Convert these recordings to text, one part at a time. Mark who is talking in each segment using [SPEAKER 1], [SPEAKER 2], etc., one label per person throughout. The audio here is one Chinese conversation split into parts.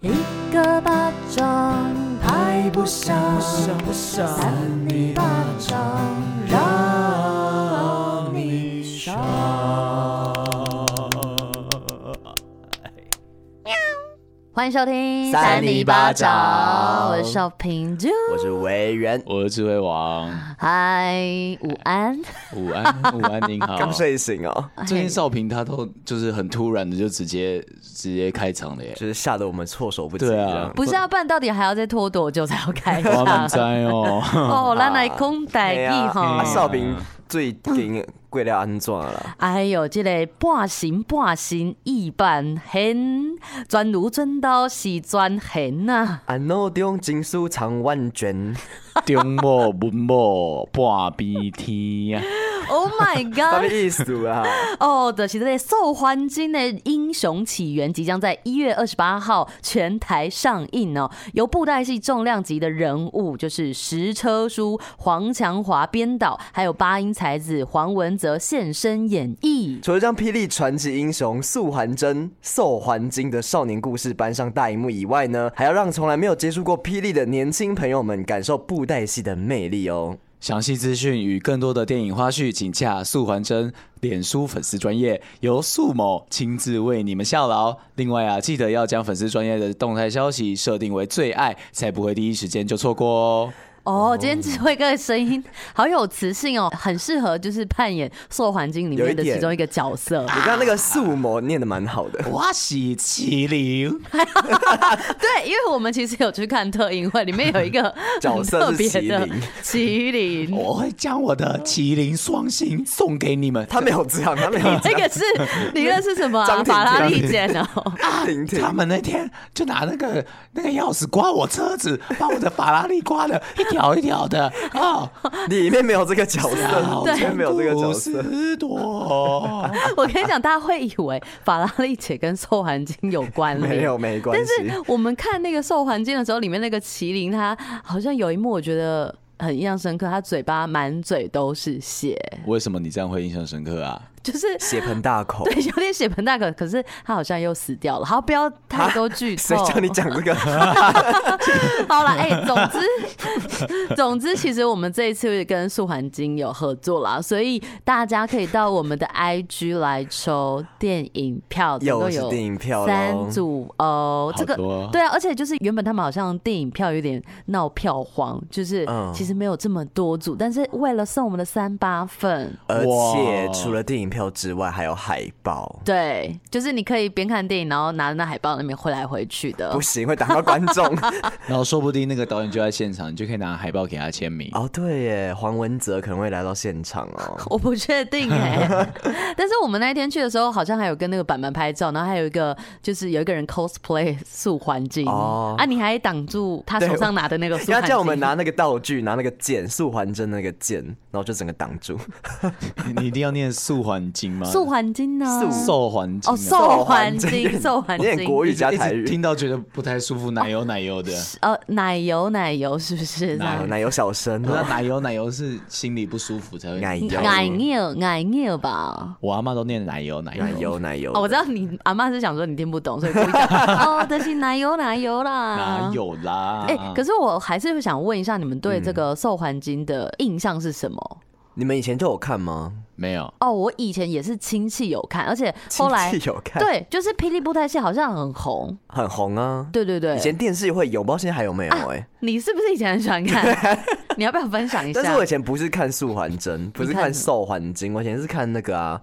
[SPEAKER 1] 一个巴掌拍不响，扇你巴掌让你爽。欢迎收听
[SPEAKER 2] 扇你巴掌
[SPEAKER 1] 我是少平啾，
[SPEAKER 2] 我是维园，
[SPEAKER 3] 我是智慧王，
[SPEAKER 1] 嗨，午安。
[SPEAKER 3] 午安，午安，您好。
[SPEAKER 2] 刚睡醒哦，
[SPEAKER 3] 最近少平他都就是很突然的就直接直接开 场了耶，
[SPEAKER 2] 就是吓得我们措手不及。
[SPEAKER 3] 对啊
[SPEAKER 2] 这样
[SPEAKER 1] 不是要办，到底还要再拖多久才要开
[SPEAKER 3] 我们
[SPEAKER 1] 场？
[SPEAKER 3] 在哦，
[SPEAKER 1] 哦，咱来空台
[SPEAKER 2] 对
[SPEAKER 1] 语
[SPEAKER 2] 啊啊，
[SPEAKER 1] 吼。
[SPEAKER 2] 少平
[SPEAKER 3] 嗯
[SPEAKER 2] 最近过了安怎了？
[SPEAKER 1] 哎哟，即、个半神半神一半很全如准到是全很呐、
[SPEAKER 2] 俺脑中金书藏万卷，
[SPEAKER 3] 中某文某半边天啊，
[SPEAKER 1] Oh my
[SPEAKER 2] 啥物
[SPEAKER 1] god！
[SPEAKER 2] 意思啊？
[SPEAKER 1] 哦，就是这个受欢迎的《英雄起源》即将在一月二十八号全台上映哦，由布袋戏重量级的人物，就是石车书、黄强华编导，还有八音才子黄文泽现身演绎。
[SPEAKER 2] 除了将霹雳传奇英雄素还真、寿还金的少年故事搬上大荧幕以外呢，还要让从来没有接触过霹雳的年轻朋友们感受布袋戏的魅力哦。
[SPEAKER 3] 详细资讯与更多的电影花絮，请洽素还真脸书粉丝专业，由素某亲自为你们效劳。另外啊，记得要将粉丝专业的动态消息设定为最爱，才不会第一时间就错过哦。
[SPEAKER 1] 哦，今天智慧哥的声音好有磁性哦，很适合就是扮演《受环境》里面的
[SPEAKER 2] 有一点
[SPEAKER 1] 其中一个角 色。
[SPEAKER 2] 你刚刚那个素魔念的蛮好的，
[SPEAKER 3] 我是麒麟，
[SPEAKER 1] 对，因为我们其实有去看特映会，里面有一个
[SPEAKER 2] 角色
[SPEAKER 1] 很特别
[SPEAKER 2] 是
[SPEAKER 1] 的
[SPEAKER 2] 麒麟哦
[SPEAKER 1] 麒麟。
[SPEAKER 3] 我会将我的麒麟双星送给你们。
[SPEAKER 2] 他没有这样，他没有
[SPEAKER 1] 这
[SPEAKER 2] 这样
[SPEAKER 1] 个。哎 是你那是什么、啊？
[SPEAKER 2] 张挺
[SPEAKER 1] 法拉利
[SPEAKER 3] 张挺
[SPEAKER 1] 剑哦。
[SPEAKER 2] 婷婷
[SPEAKER 3] 他们那天就拿那个那个钥匙刮我车子，把我的法拉利刮的 一条一条的啊！
[SPEAKER 2] 里面没有这个角
[SPEAKER 3] 好
[SPEAKER 2] 色，里面没有这个角 色。
[SPEAKER 3] 斯多，
[SPEAKER 1] 我跟你讲，大家会以为法拉利姐跟受环境有关联，
[SPEAKER 2] 没有没关
[SPEAKER 1] 但
[SPEAKER 2] 系
[SPEAKER 1] 是我们看那个《受环境》的时候，里面那个麒麟，它好像有一幕我觉得很印象深刻，它嘴巴满嘴都是血，
[SPEAKER 3] 为什么你这样会印象深刻啊？
[SPEAKER 1] 就是
[SPEAKER 2] 血盆大口，
[SPEAKER 1] 对，有点血盆大口。可是它好像又死掉了。好，不要太多剧透
[SPEAKER 2] 啊谁。叫你讲这个？
[SPEAKER 1] 好了，哎、总之，总之，其实我们这一次跟素环境有合作啦，所以大家可以到我们的 IG 来抽电影票，总共
[SPEAKER 2] 又是
[SPEAKER 1] 有
[SPEAKER 2] 电影票
[SPEAKER 1] 三
[SPEAKER 2] 咯
[SPEAKER 1] 组哦。这个
[SPEAKER 3] 好多哦
[SPEAKER 1] 对啊，而且就是原本他们好像电影票有点闹票荒，就是
[SPEAKER 2] 嗯
[SPEAKER 1] 其实没有这么多组，但是为了送我们的三八粉。
[SPEAKER 2] 而且除了电影票之外，还有海报。
[SPEAKER 1] 对，就是你可以边看电影，然后拿着那海报那边挥来挥去的
[SPEAKER 2] 不。行，会打到观 众。
[SPEAKER 3] 然后说不定那个导演就在现场，你就可以拿海报给他签名。
[SPEAKER 2] 哦，对耶，黄文泽可能会来到现场 哦。
[SPEAKER 1] 我不确定哎、 但是我们那一天去的时候，好像还有跟那个板板拍照，然后还有一个就是有一个人 cosplay 素环境、
[SPEAKER 2] 哦
[SPEAKER 1] 啊，你还挡住他手上拿的那个素
[SPEAKER 2] 要
[SPEAKER 1] 环
[SPEAKER 2] 叫我们
[SPEAKER 1] 境。
[SPEAKER 2] 拿那个道具，拿那个剑，素还真那个剑，然后就整个挡 住。
[SPEAKER 3] 你一定要念素还经吗？
[SPEAKER 1] 素环境呢？
[SPEAKER 3] 受还经
[SPEAKER 1] 哦，
[SPEAKER 3] 啊
[SPEAKER 1] 受环
[SPEAKER 2] 受环
[SPEAKER 1] 境，
[SPEAKER 2] 境
[SPEAKER 1] 受环
[SPEAKER 2] 有
[SPEAKER 1] 境
[SPEAKER 2] 点，国语加
[SPEAKER 3] 一直
[SPEAKER 2] 台语。
[SPEAKER 3] 听到觉得不太舒服，奶油奶油 的，
[SPEAKER 1] 呃，奶油奶油是不是这
[SPEAKER 3] 奶
[SPEAKER 1] 样
[SPEAKER 2] 哦？奶油小生
[SPEAKER 3] 那
[SPEAKER 2] 哦，
[SPEAKER 3] 奶油奶油是心里不舒服才会。
[SPEAKER 2] 奶油
[SPEAKER 1] 奶牛奶牛吧。
[SPEAKER 3] 我阿妈都念奶油奶
[SPEAKER 2] 奶
[SPEAKER 3] 油
[SPEAKER 2] 油奶油。
[SPEAKER 1] 哦，我知道你阿妈是想说你听不懂，所以故 意讲哦，但是奶油奶油啦，
[SPEAKER 3] 哪有
[SPEAKER 2] 啊
[SPEAKER 3] 啦？
[SPEAKER 1] 啊哎、可是我还是想问一下，你们对这
[SPEAKER 2] 嗯
[SPEAKER 1] 个受环境的印象是什么？
[SPEAKER 2] 你们以前都有看吗？
[SPEAKER 3] 没有。
[SPEAKER 1] 哦，我以前也是亲戚有看，而且
[SPEAKER 2] 亲
[SPEAKER 1] 后来
[SPEAKER 2] 戚有 看，
[SPEAKER 1] 对，就是霹雳布袋戏好像很红，
[SPEAKER 2] 很红啊。
[SPEAKER 1] 对对对。
[SPEAKER 2] 以前电视会有，不知道现在还有没有？哎，
[SPEAKER 1] 你是不是以前很喜欢 看？你要不要分享一下？
[SPEAKER 2] 但是我以前不是看《素还真》，不是看《瘦还真》，我以前是看那个啊，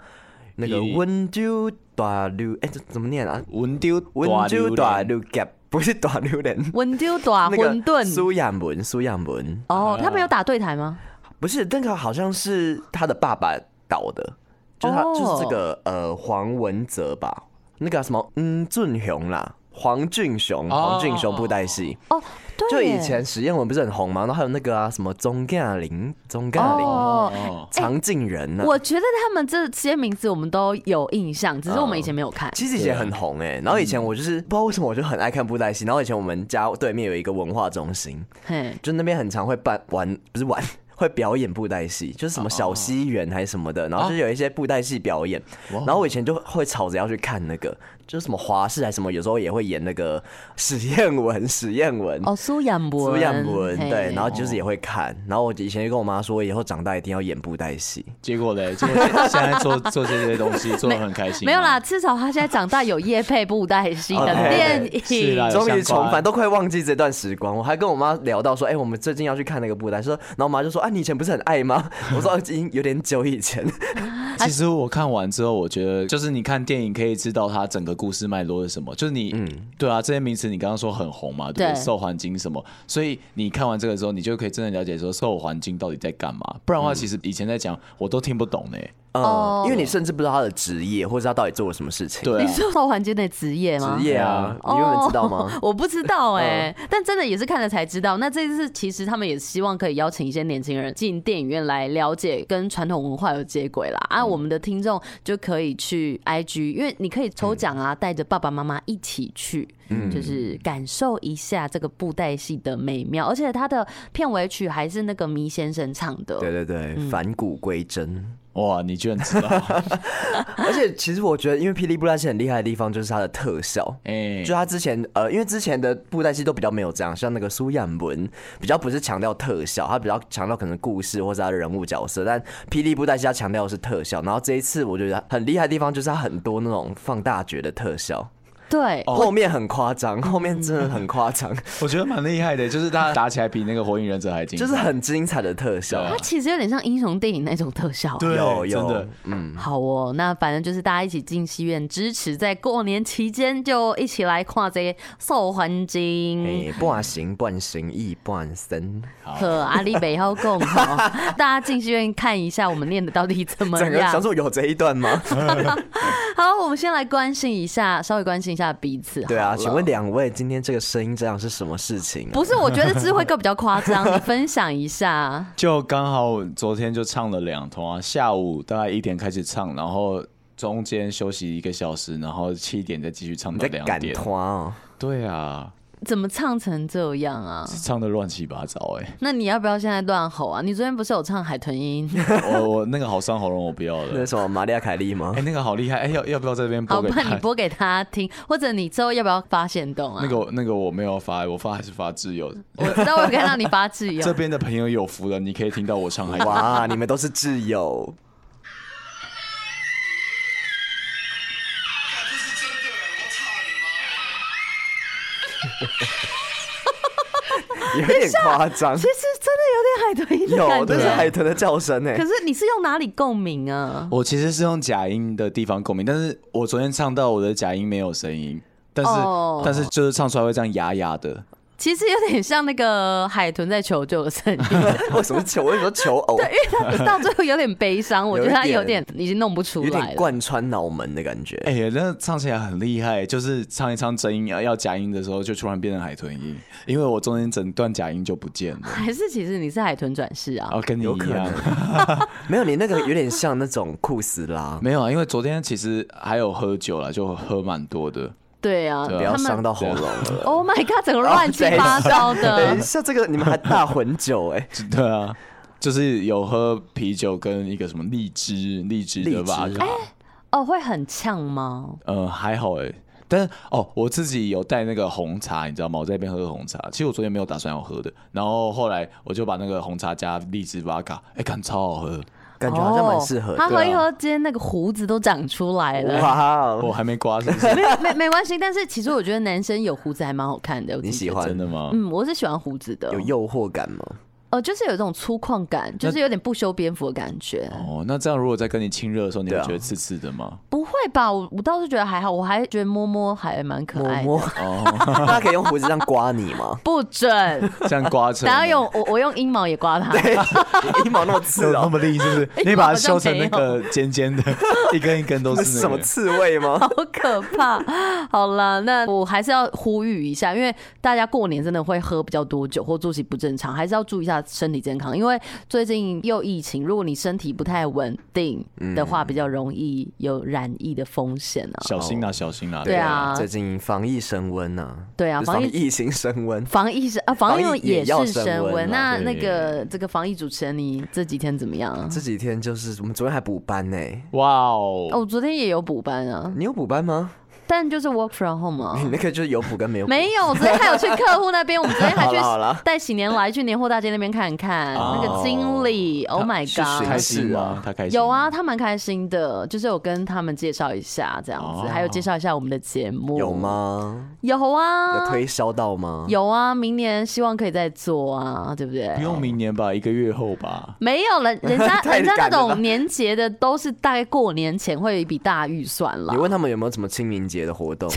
[SPEAKER 2] 那个
[SPEAKER 3] 霹雳
[SPEAKER 2] When You 大溜，哎，这怎么念啊
[SPEAKER 3] 文丢
[SPEAKER 2] ？When You 大溜 gap，不是大溜人。
[SPEAKER 1] 温丢短
[SPEAKER 2] 那个啊
[SPEAKER 1] 混沌。
[SPEAKER 2] 苏亚文，苏亚文
[SPEAKER 1] 哦，他们有打对台吗？
[SPEAKER 2] 不是那个，好像是他的爸爸导的，就是他、
[SPEAKER 1] 哦
[SPEAKER 2] 就是这个呃黄文泽吧，那个啊什么嗯俊雄啦，黄俊雄，黄俊雄布袋戏，
[SPEAKER 1] 哦，对，
[SPEAKER 2] 就以。前实验文不是很红吗？然后还有那个啊什么钟干林，钟干林，
[SPEAKER 1] 哦，
[SPEAKER 3] 哦，
[SPEAKER 2] 常静人呢、啊
[SPEAKER 1] 我觉得他们这些名字我们都有印象，只是我们以前没有看。
[SPEAKER 2] 哦其实以前很红哎、然后以
[SPEAKER 1] 嗯
[SPEAKER 2] 前我就是不知道为什么我就很爱看布袋戏，然后以前我们家对面有一个文化中心，
[SPEAKER 1] 嘿，
[SPEAKER 2] 就那边很常会办玩， 不是玩。会表演布袋戏，就是什么小
[SPEAKER 1] 哦
[SPEAKER 2] 西园还是什么的，然后就有一些布袋戏表演。然后我以前就会吵着要去看那个，就是什么华视还是什么，有时候也会演那个史艳文， 史艳文。
[SPEAKER 1] 哦，苏养文，
[SPEAKER 2] 苏彦文
[SPEAKER 1] 嘿
[SPEAKER 2] 对，然后就是也会看，然后我以前就跟我妈说，以后长大一定要演布袋戏。
[SPEAKER 3] 结果嘞，结果现在做做这些东西做的很开心，
[SPEAKER 1] 没
[SPEAKER 3] 啊
[SPEAKER 1] 有啦，，至少他现在长大有夜配布袋戏 的
[SPEAKER 3] 哦
[SPEAKER 2] OK，
[SPEAKER 1] 电
[SPEAKER 3] 是啦
[SPEAKER 1] 影。
[SPEAKER 2] 终
[SPEAKER 3] 有
[SPEAKER 2] 于
[SPEAKER 3] 相关
[SPEAKER 2] 重
[SPEAKER 1] 啊
[SPEAKER 2] 返，都快忘记这段时光。我还跟我妈聊到说，哎、我们最近要去看那个布袋，说，然后我妈就说，啊，你以前不是很爱吗？ 我说，啊已经有点久以前。
[SPEAKER 3] 其实我看完之后，我觉得就是你看电影可以知道它整个故事脉络是什么。就是你，对啊，这些名词你刚刚说很红嘛，对不对？
[SPEAKER 1] 对
[SPEAKER 3] 受环境什么，所以你看完这个之后，你就可以真的了解说受环境到底在干嘛。不然的话，其实以前在讲我都听不懂 呢、
[SPEAKER 2] 嗯，
[SPEAKER 1] 哦
[SPEAKER 2] 因为你甚至不知道他的职业，或者他到底做了什么事情。，
[SPEAKER 3] 对、
[SPEAKER 1] 你
[SPEAKER 3] 啊，
[SPEAKER 1] 是说环境的职业吗？
[SPEAKER 2] 职业啊，
[SPEAKER 1] 哦
[SPEAKER 2] 你原本知道吗？
[SPEAKER 1] 我不知道
[SPEAKER 3] 嗯
[SPEAKER 1] 哎、但真的也是看了才知道。那这次其实他们也希望可以邀请一些年轻人进电影院来了解跟传统文化有接轨啦。
[SPEAKER 3] 嗯
[SPEAKER 1] 啊，我们的听众就可以去 IG，因为你可以抽奖啊，带着爸爸妈妈一起去，
[SPEAKER 3] 嗯
[SPEAKER 1] 就是感受一下这个布袋戏的美妙。而且它的片尾曲还是那个迷先生唱的，
[SPEAKER 2] 对对
[SPEAKER 1] 嗯
[SPEAKER 2] 对，返古归真。
[SPEAKER 3] 哇，你居然知 道，
[SPEAKER 2] 而且其实我觉得，因为霹雳布袋戏很厉害的地方就是它的特效。
[SPEAKER 3] 哎、
[SPEAKER 2] 就他之前，呃，因为之前的布袋戏都比较没有这样，像那个苏彦文比较不是强调特效，他比较强调可能故事或者他的人物角色，但霹雳布袋戏他强调的是特效。然后这一次我觉得很厉害的地方就是他很多那种放大绝的特效，
[SPEAKER 1] 对
[SPEAKER 3] 哦
[SPEAKER 2] 后面很夸 张，后面真的很夸张，
[SPEAKER 3] 我觉得蛮厉害的，就是他 打起来比那个火影忍者还精彩，
[SPEAKER 2] 就是很精彩的特效。
[SPEAKER 1] 它其实有点像英雄电影那种特效、啊。
[SPEAKER 3] 对，
[SPEAKER 2] 有
[SPEAKER 3] 真
[SPEAKER 2] 有
[SPEAKER 3] 的，
[SPEAKER 2] 嗯，
[SPEAKER 1] 好哦，那反正就是大家一起进戏院支持，在过年期间就一起来看这《受环境
[SPEAKER 3] 嗯
[SPEAKER 2] 哎》。，半形半形意半身，
[SPEAKER 1] 和阿里北要共 哦，大家进戏院看一下我们念的到底怎么
[SPEAKER 2] 整个想
[SPEAKER 1] 样。
[SPEAKER 2] 说有这一段 吗？
[SPEAKER 1] 好，我们先来关心一下，稍微关心一下彼此。
[SPEAKER 2] 对
[SPEAKER 1] 好
[SPEAKER 2] 啊，
[SPEAKER 1] 了
[SPEAKER 2] 请问两位今天这个声音这样是什么事情啊？
[SPEAKER 1] 不是？我觉得智慧哥比较夸张，你分享一 下。
[SPEAKER 3] 就刚好昨天就唱了两通啊，下午大概一点开始唱，然后中间休息一个小时，然后七点再继续唱
[SPEAKER 2] 你
[SPEAKER 3] 到
[SPEAKER 2] 在
[SPEAKER 3] 两
[SPEAKER 2] 赶
[SPEAKER 3] 点。
[SPEAKER 2] 团哦。
[SPEAKER 3] 对啊，
[SPEAKER 1] 怎么唱成这样啊？
[SPEAKER 3] 唱的乱七八糟哎、
[SPEAKER 1] 那你要不要现在乱吼啊？你昨天不是有唱海豚 音？
[SPEAKER 3] 哦我我那个好伤喉咙，我不要
[SPEAKER 2] 那
[SPEAKER 3] 了
[SPEAKER 2] 是。什么玛利亚凯莉吗
[SPEAKER 3] 哎、？那个好厉害哎、要要不要在这边播
[SPEAKER 1] 好，
[SPEAKER 3] 给
[SPEAKER 1] 那你
[SPEAKER 3] 他？
[SPEAKER 1] 播给他听，或者你之后要不要发现动啊？
[SPEAKER 3] 那个那个我没有发，我发还是发挚友。
[SPEAKER 1] 我知道我有看到你发自由
[SPEAKER 3] 这，边的朋友有福了，你可以听到我唱
[SPEAKER 1] 哎
[SPEAKER 3] 海。
[SPEAKER 2] 哇，你们都是挚友，
[SPEAKER 4] 这是真的，我操你妈！
[SPEAKER 2] 有点夸张
[SPEAKER 1] 其，实真的有点海
[SPEAKER 2] 有，
[SPEAKER 1] 豚音的
[SPEAKER 2] 那是
[SPEAKER 1] 感
[SPEAKER 2] 海
[SPEAKER 1] 觉。
[SPEAKER 2] 豚的叫声哎
[SPEAKER 1] 可。是你是用哪里共鸣啊？
[SPEAKER 3] 我其实是用假音的地方共鸣，但是我昨天唱到我的假音没有声音，但是、
[SPEAKER 1] 哦
[SPEAKER 3] 但是就是唱出来会这样哑哑的。
[SPEAKER 1] 其实有点像那个海豚在求救的声音，
[SPEAKER 2] 为什么求？为什么哦求偶？
[SPEAKER 1] 因为他到最后有点悲伤，我觉得他有
[SPEAKER 2] 有一
[SPEAKER 1] 点
[SPEAKER 2] 点
[SPEAKER 1] 已经弄不出
[SPEAKER 2] 有
[SPEAKER 1] 来
[SPEAKER 2] 点
[SPEAKER 1] 了。
[SPEAKER 2] 贯穿脑门的感觉。
[SPEAKER 3] 哎、呀，那唱起来很厉害，就是唱一唱真音，要假音的时候就突然变成海豚音，因为我中间整段假音就不见了。
[SPEAKER 1] 还是其实你是海豚转世啊
[SPEAKER 3] 哦，？跟 你
[SPEAKER 2] 有
[SPEAKER 3] 一
[SPEAKER 2] 可
[SPEAKER 3] 样，
[SPEAKER 2] 能 没有你那个有点像那种库斯 拉，
[SPEAKER 3] 没有啊，因为昨天其实还有喝酒了，就喝蛮多的。
[SPEAKER 1] 对啊，
[SPEAKER 3] 对啊
[SPEAKER 2] 不要
[SPEAKER 1] 他
[SPEAKER 2] 伤
[SPEAKER 1] 们
[SPEAKER 2] 到喉咙了。
[SPEAKER 1] Oh my god，整个 乱七八糟
[SPEAKER 2] 等一
[SPEAKER 1] 的。
[SPEAKER 2] 下，这个你们还大混酒哎，
[SPEAKER 3] 对啊，就是有喝啤酒跟一个什么荔枝，荔枝的
[SPEAKER 2] 荔枝哎
[SPEAKER 3] 吧卡，
[SPEAKER 1] 哦，会很呛吗？
[SPEAKER 3] 呃，还好哎、但是哦，我自己有带那个红茶，你知道吗？我在那边喝红茶。其实我昨天没有打算要喝的，然后后来我就把那个红茶加荔枝巴卡，哎、感超好喝。
[SPEAKER 2] 感觉好像蛮适
[SPEAKER 1] 哦
[SPEAKER 2] 合的。啊
[SPEAKER 1] 他喝一喝，今天那个胡子都长出来了。
[SPEAKER 2] 哇哦，
[SPEAKER 3] 我还没刮，是不 是？
[SPEAKER 1] 没没关系，但是其实我觉得男生有胡子还蛮好看的。我自己
[SPEAKER 2] 你喜
[SPEAKER 1] 觉得
[SPEAKER 2] 欢
[SPEAKER 3] 真的吗？
[SPEAKER 1] 嗯，我是喜欢胡子的
[SPEAKER 2] 有。诱惑感吗？
[SPEAKER 1] 呃，就是有一种粗犷感，就是有点不修边幅的感觉。
[SPEAKER 3] 哦，那这样如果在跟你亲热的时候，你会
[SPEAKER 2] 对啊
[SPEAKER 3] 觉得刺刺的吗？
[SPEAKER 1] 不会吧？我我倒是觉得还好，我还觉得摸摸还蛮可
[SPEAKER 2] 摸
[SPEAKER 1] 爱的。？
[SPEAKER 2] 摸，
[SPEAKER 3] 哦，
[SPEAKER 2] 他可以用胡子这样刮你吗
[SPEAKER 1] 不 准，
[SPEAKER 3] 这样刮成，
[SPEAKER 1] 等下用我我用阴毛也刮他。
[SPEAKER 2] 一毛那么刺
[SPEAKER 3] 有那
[SPEAKER 2] 哦，
[SPEAKER 3] 么利，是不是？
[SPEAKER 1] 哎
[SPEAKER 3] 你把它
[SPEAKER 1] 好像
[SPEAKER 3] 修成那
[SPEAKER 1] 没
[SPEAKER 3] 个尖尖 的，一根一根都
[SPEAKER 2] 那
[SPEAKER 3] 是
[SPEAKER 2] 是
[SPEAKER 3] 那
[SPEAKER 2] 什
[SPEAKER 3] 个
[SPEAKER 2] 么刺猬吗？
[SPEAKER 1] 好可怕！好了，那我还是要呼吁一下，因为大家过年真的会喝比较多酒或作息不正常，还是要注意一下身体健康。因为最近又疫情，如果你身体不太稳定
[SPEAKER 2] 嗯
[SPEAKER 1] 的话，比较容易有染疫的风险啊。
[SPEAKER 3] 小心啊，小心啊！
[SPEAKER 1] 对啊
[SPEAKER 2] 最近防疫升温呐，
[SPEAKER 1] 对啊
[SPEAKER 2] 就是
[SPEAKER 1] 防
[SPEAKER 2] 防
[SPEAKER 1] 疫
[SPEAKER 2] 疫疫情升 温。
[SPEAKER 1] 防疫是啊，防
[SPEAKER 2] 防
[SPEAKER 1] 疫
[SPEAKER 2] 疫也
[SPEAKER 1] 也
[SPEAKER 2] 要
[SPEAKER 1] 是
[SPEAKER 2] 升
[SPEAKER 1] 升
[SPEAKER 2] 温
[SPEAKER 1] 温。那
[SPEAKER 2] 啊
[SPEAKER 1] 那
[SPEAKER 3] 对
[SPEAKER 1] 个这个防疫主持人，你这几天怎么样啊？
[SPEAKER 2] 这几天就是我们昨天还补班呢、
[SPEAKER 3] 哇哦
[SPEAKER 1] 哦，，我昨天也有补班啊，
[SPEAKER 2] 你有补班吗？
[SPEAKER 1] 但就是 work from home 啊。
[SPEAKER 2] 你那个就是有谱跟没有谱。
[SPEAKER 1] 没有，我昨天还有去客户那边，我们昨天 还去
[SPEAKER 2] 好啦好啦
[SPEAKER 1] 带喜年来去年货大街那边看看，
[SPEAKER 3] 哦
[SPEAKER 1] 那个经理，Oh my
[SPEAKER 2] 是谁
[SPEAKER 3] 开
[SPEAKER 1] god！
[SPEAKER 3] 心吗？他开心
[SPEAKER 1] 有啊，他蛮开心的，就是有跟他们介绍一下这样子，
[SPEAKER 3] 哦
[SPEAKER 1] 还有介绍一下我们的节目。
[SPEAKER 2] 有？吗？
[SPEAKER 1] 有
[SPEAKER 2] 有
[SPEAKER 1] 啊，
[SPEAKER 2] 推销到吗？
[SPEAKER 1] 有啊，明年希望可以再做啊，对不对？
[SPEAKER 3] 不用明年吧，一个月后吧。
[SPEAKER 1] 没有 人，人家
[SPEAKER 2] 太
[SPEAKER 1] 人家那
[SPEAKER 2] 赶了吧
[SPEAKER 1] 种年节的都是大概过年前会有一笔大预算啦啊
[SPEAKER 2] 你。问他们有没啊有什么清明节的 活动？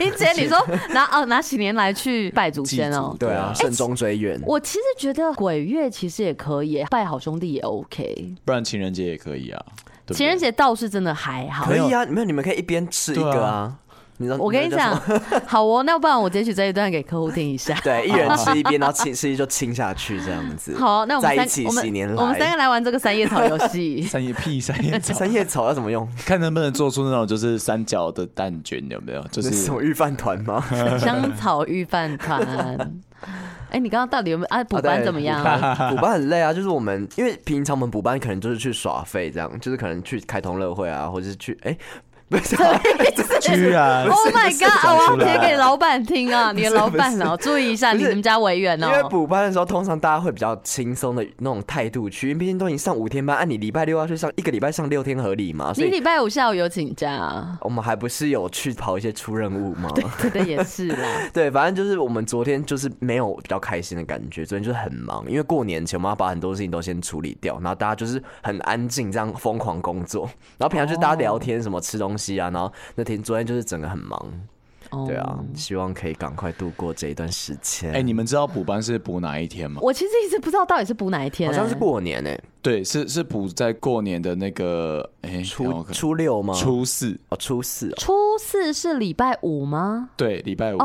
[SPEAKER 1] 明姐，你说拿哦拿喜年来去拜祖先哦
[SPEAKER 3] 祭祖。
[SPEAKER 2] 对啊，慎终追远。
[SPEAKER 1] 我其实觉得鬼月其实也可以，拜好兄弟也 OK。
[SPEAKER 3] 不然情人节也可以啊。对不对
[SPEAKER 1] 情人节倒是真的还好
[SPEAKER 2] 可。以啊，没有你们可以一边吃一
[SPEAKER 3] 对
[SPEAKER 2] 个
[SPEAKER 3] 啊
[SPEAKER 2] 啊。你知道
[SPEAKER 1] 我跟你，
[SPEAKER 2] 那
[SPEAKER 1] 讲
[SPEAKER 2] 叫什么，
[SPEAKER 1] 好哦，那不然我截取这一段给客户听一 下。
[SPEAKER 2] 对，一人吃一 边，然后亲吃一就亲下去这样子。
[SPEAKER 1] 好，那我们
[SPEAKER 2] 在
[SPEAKER 1] 三
[SPEAKER 2] 一起
[SPEAKER 1] 我们
[SPEAKER 2] 喜年来，
[SPEAKER 1] 我们三个来玩这个三叶草游 戏。
[SPEAKER 3] 三叶屁三 叶草，
[SPEAKER 2] 三叶草要怎么用？
[SPEAKER 3] 看能不能做出那种就是三角的蛋卷，有 没有？就
[SPEAKER 2] 这是
[SPEAKER 3] 是
[SPEAKER 2] 什么御饭团吗？
[SPEAKER 1] 香草御饭团。哎，你刚刚到底有没有啊？补班怎么样？
[SPEAKER 2] 啊对补班补班很累啊，就是我们因为平常我们补班可能就是去耍废这样，就是可能去开同乐会啊，或者是去哎。不是 啊，
[SPEAKER 3] 居然
[SPEAKER 1] Oh my
[SPEAKER 3] 讲
[SPEAKER 1] god！
[SPEAKER 3] 出
[SPEAKER 1] 我
[SPEAKER 3] 来
[SPEAKER 1] 要贴给老板听 啊，你的老板哦，
[SPEAKER 2] 不
[SPEAKER 1] 注意一下，
[SPEAKER 2] 不
[SPEAKER 1] 你
[SPEAKER 2] 是
[SPEAKER 1] 们家委员
[SPEAKER 2] 因为
[SPEAKER 1] 哦。
[SPEAKER 2] 补班的时候，通常大家会比较轻松的那种态度去，因为毕竟都已经上五天班，啊按、你礼拜六要去上，一个礼拜上六天合理嘛，所
[SPEAKER 1] 你
[SPEAKER 2] 以
[SPEAKER 1] 礼拜五下午有请假啊？
[SPEAKER 2] 我们还不是有去跑一些出任务吗？
[SPEAKER 1] 对对，也是 啦。
[SPEAKER 2] 对，反正就是我们昨天就是没有比较开心的感觉，昨天就是很忙，因为过年前我们要把很多事情都先处理掉，然后大家就是很安静这样疯狂工作，然后平常就是大家聊天什么吃东西啊，然后那天昨天就是整个很忙，
[SPEAKER 1] 哦
[SPEAKER 2] 对啊，希望可以赶快度过这一段时间。
[SPEAKER 3] 哎、你们知道补班是补哪一天吗？
[SPEAKER 1] 我其实一直不知道到底是补哪一 天、
[SPEAKER 2] 好
[SPEAKER 1] 欸，
[SPEAKER 2] 像是过年哎、
[SPEAKER 3] 对，是是补在过年的那个哎、让我
[SPEAKER 2] 初
[SPEAKER 3] 看
[SPEAKER 2] 初六吗？
[SPEAKER 3] 初四，
[SPEAKER 2] 哦初四哦，
[SPEAKER 1] 初四是礼拜五吗？
[SPEAKER 3] 对，礼拜五。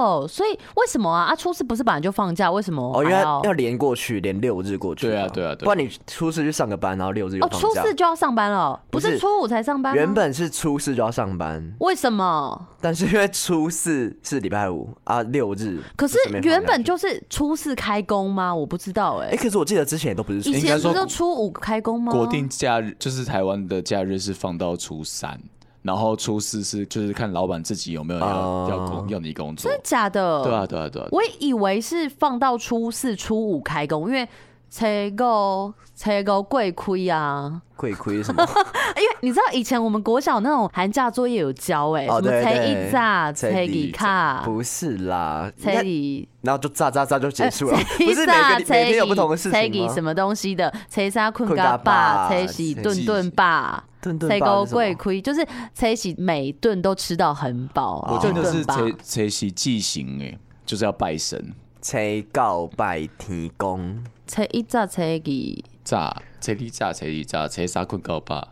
[SPEAKER 1] 哦、所以为什么啊？啊，初四不是本来就放假，为什么
[SPEAKER 2] 哦，因
[SPEAKER 1] 还
[SPEAKER 2] 为
[SPEAKER 1] 要？
[SPEAKER 2] 要连过去，连六日过去。
[SPEAKER 3] 对啊对啊对啊
[SPEAKER 2] 不然你初四去上个班，然后六日又
[SPEAKER 1] 哦，
[SPEAKER 2] 放
[SPEAKER 1] 初
[SPEAKER 2] 假。
[SPEAKER 1] 四就要上班了，不
[SPEAKER 2] 不是
[SPEAKER 1] 是初五才上班吗？
[SPEAKER 2] 原本是初四就要上班，
[SPEAKER 1] 为什么？
[SPEAKER 2] 但是因为初四是礼拜五啊，六日。
[SPEAKER 1] 可是
[SPEAKER 2] 就顺便放假
[SPEAKER 1] 原本就是初四开工吗？我不知道哎、
[SPEAKER 2] 哎、可是我记得之前也都不是初
[SPEAKER 1] 以
[SPEAKER 3] 应
[SPEAKER 1] 前
[SPEAKER 3] 该
[SPEAKER 1] 不
[SPEAKER 3] 说
[SPEAKER 1] 是都初五开工吗？
[SPEAKER 3] 国定假日就是台湾的假日是放到初三，然后初四是就是看老板自己有没有要、
[SPEAKER 2] 哦
[SPEAKER 3] 要工要你工作
[SPEAKER 1] 真的。假的？
[SPEAKER 3] 对啊，对啊，对啊。
[SPEAKER 1] 我以为是放到初四、初五开工，因为采购采购贵亏啊。
[SPEAKER 2] 会亏什么？
[SPEAKER 1] 因为你知道以前我们国小那种寒假作业有教哎、什
[SPEAKER 2] 哦，
[SPEAKER 1] 么
[SPEAKER 2] 对
[SPEAKER 1] 才
[SPEAKER 2] 对，
[SPEAKER 1] 一炸、
[SPEAKER 2] 猜
[SPEAKER 1] 才
[SPEAKER 2] 一
[SPEAKER 1] 一卡、
[SPEAKER 2] 不是啦，应
[SPEAKER 1] 才
[SPEAKER 2] 该
[SPEAKER 1] 一。
[SPEAKER 2] 然后就炸炸炸就结束了， 不
[SPEAKER 1] 菜一
[SPEAKER 2] 是每个每
[SPEAKER 1] 炸菜
[SPEAKER 2] 天有
[SPEAKER 1] 一
[SPEAKER 2] 不同的事
[SPEAKER 1] 菜
[SPEAKER 2] 情
[SPEAKER 1] 一
[SPEAKER 2] 吗
[SPEAKER 1] 什？么东西的？菜三困
[SPEAKER 2] 困
[SPEAKER 1] 嘎
[SPEAKER 2] 嘎
[SPEAKER 1] 巴，
[SPEAKER 2] 巴
[SPEAKER 1] 菜喜顿
[SPEAKER 3] 菜
[SPEAKER 1] 顿霸，
[SPEAKER 2] 顿顿
[SPEAKER 1] 菜
[SPEAKER 2] 霸是
[SPEAKER 1] 高
[SPEAKER 2] 什
[SPEAKER 1] 贵
[SPEAKER 2] 么
[SPEAKER 1] 亏，就是菜喜每顿都吃到很饱，
[SPEAKER 3] 我
[SPEAKER 1] 顿
[SPEAKER 3] 真的是
[SPEAKER 1] 顿霸。
[SPEAKER 3] 谁谁习祭行哎，就是要拜神
[SPEAKER 2] 催告拜天公，
[SPEAKER 1] 菜一炸菜一，
[SPEAKER 3] 炸，谁里炸谁里炸，谁杀困告吧，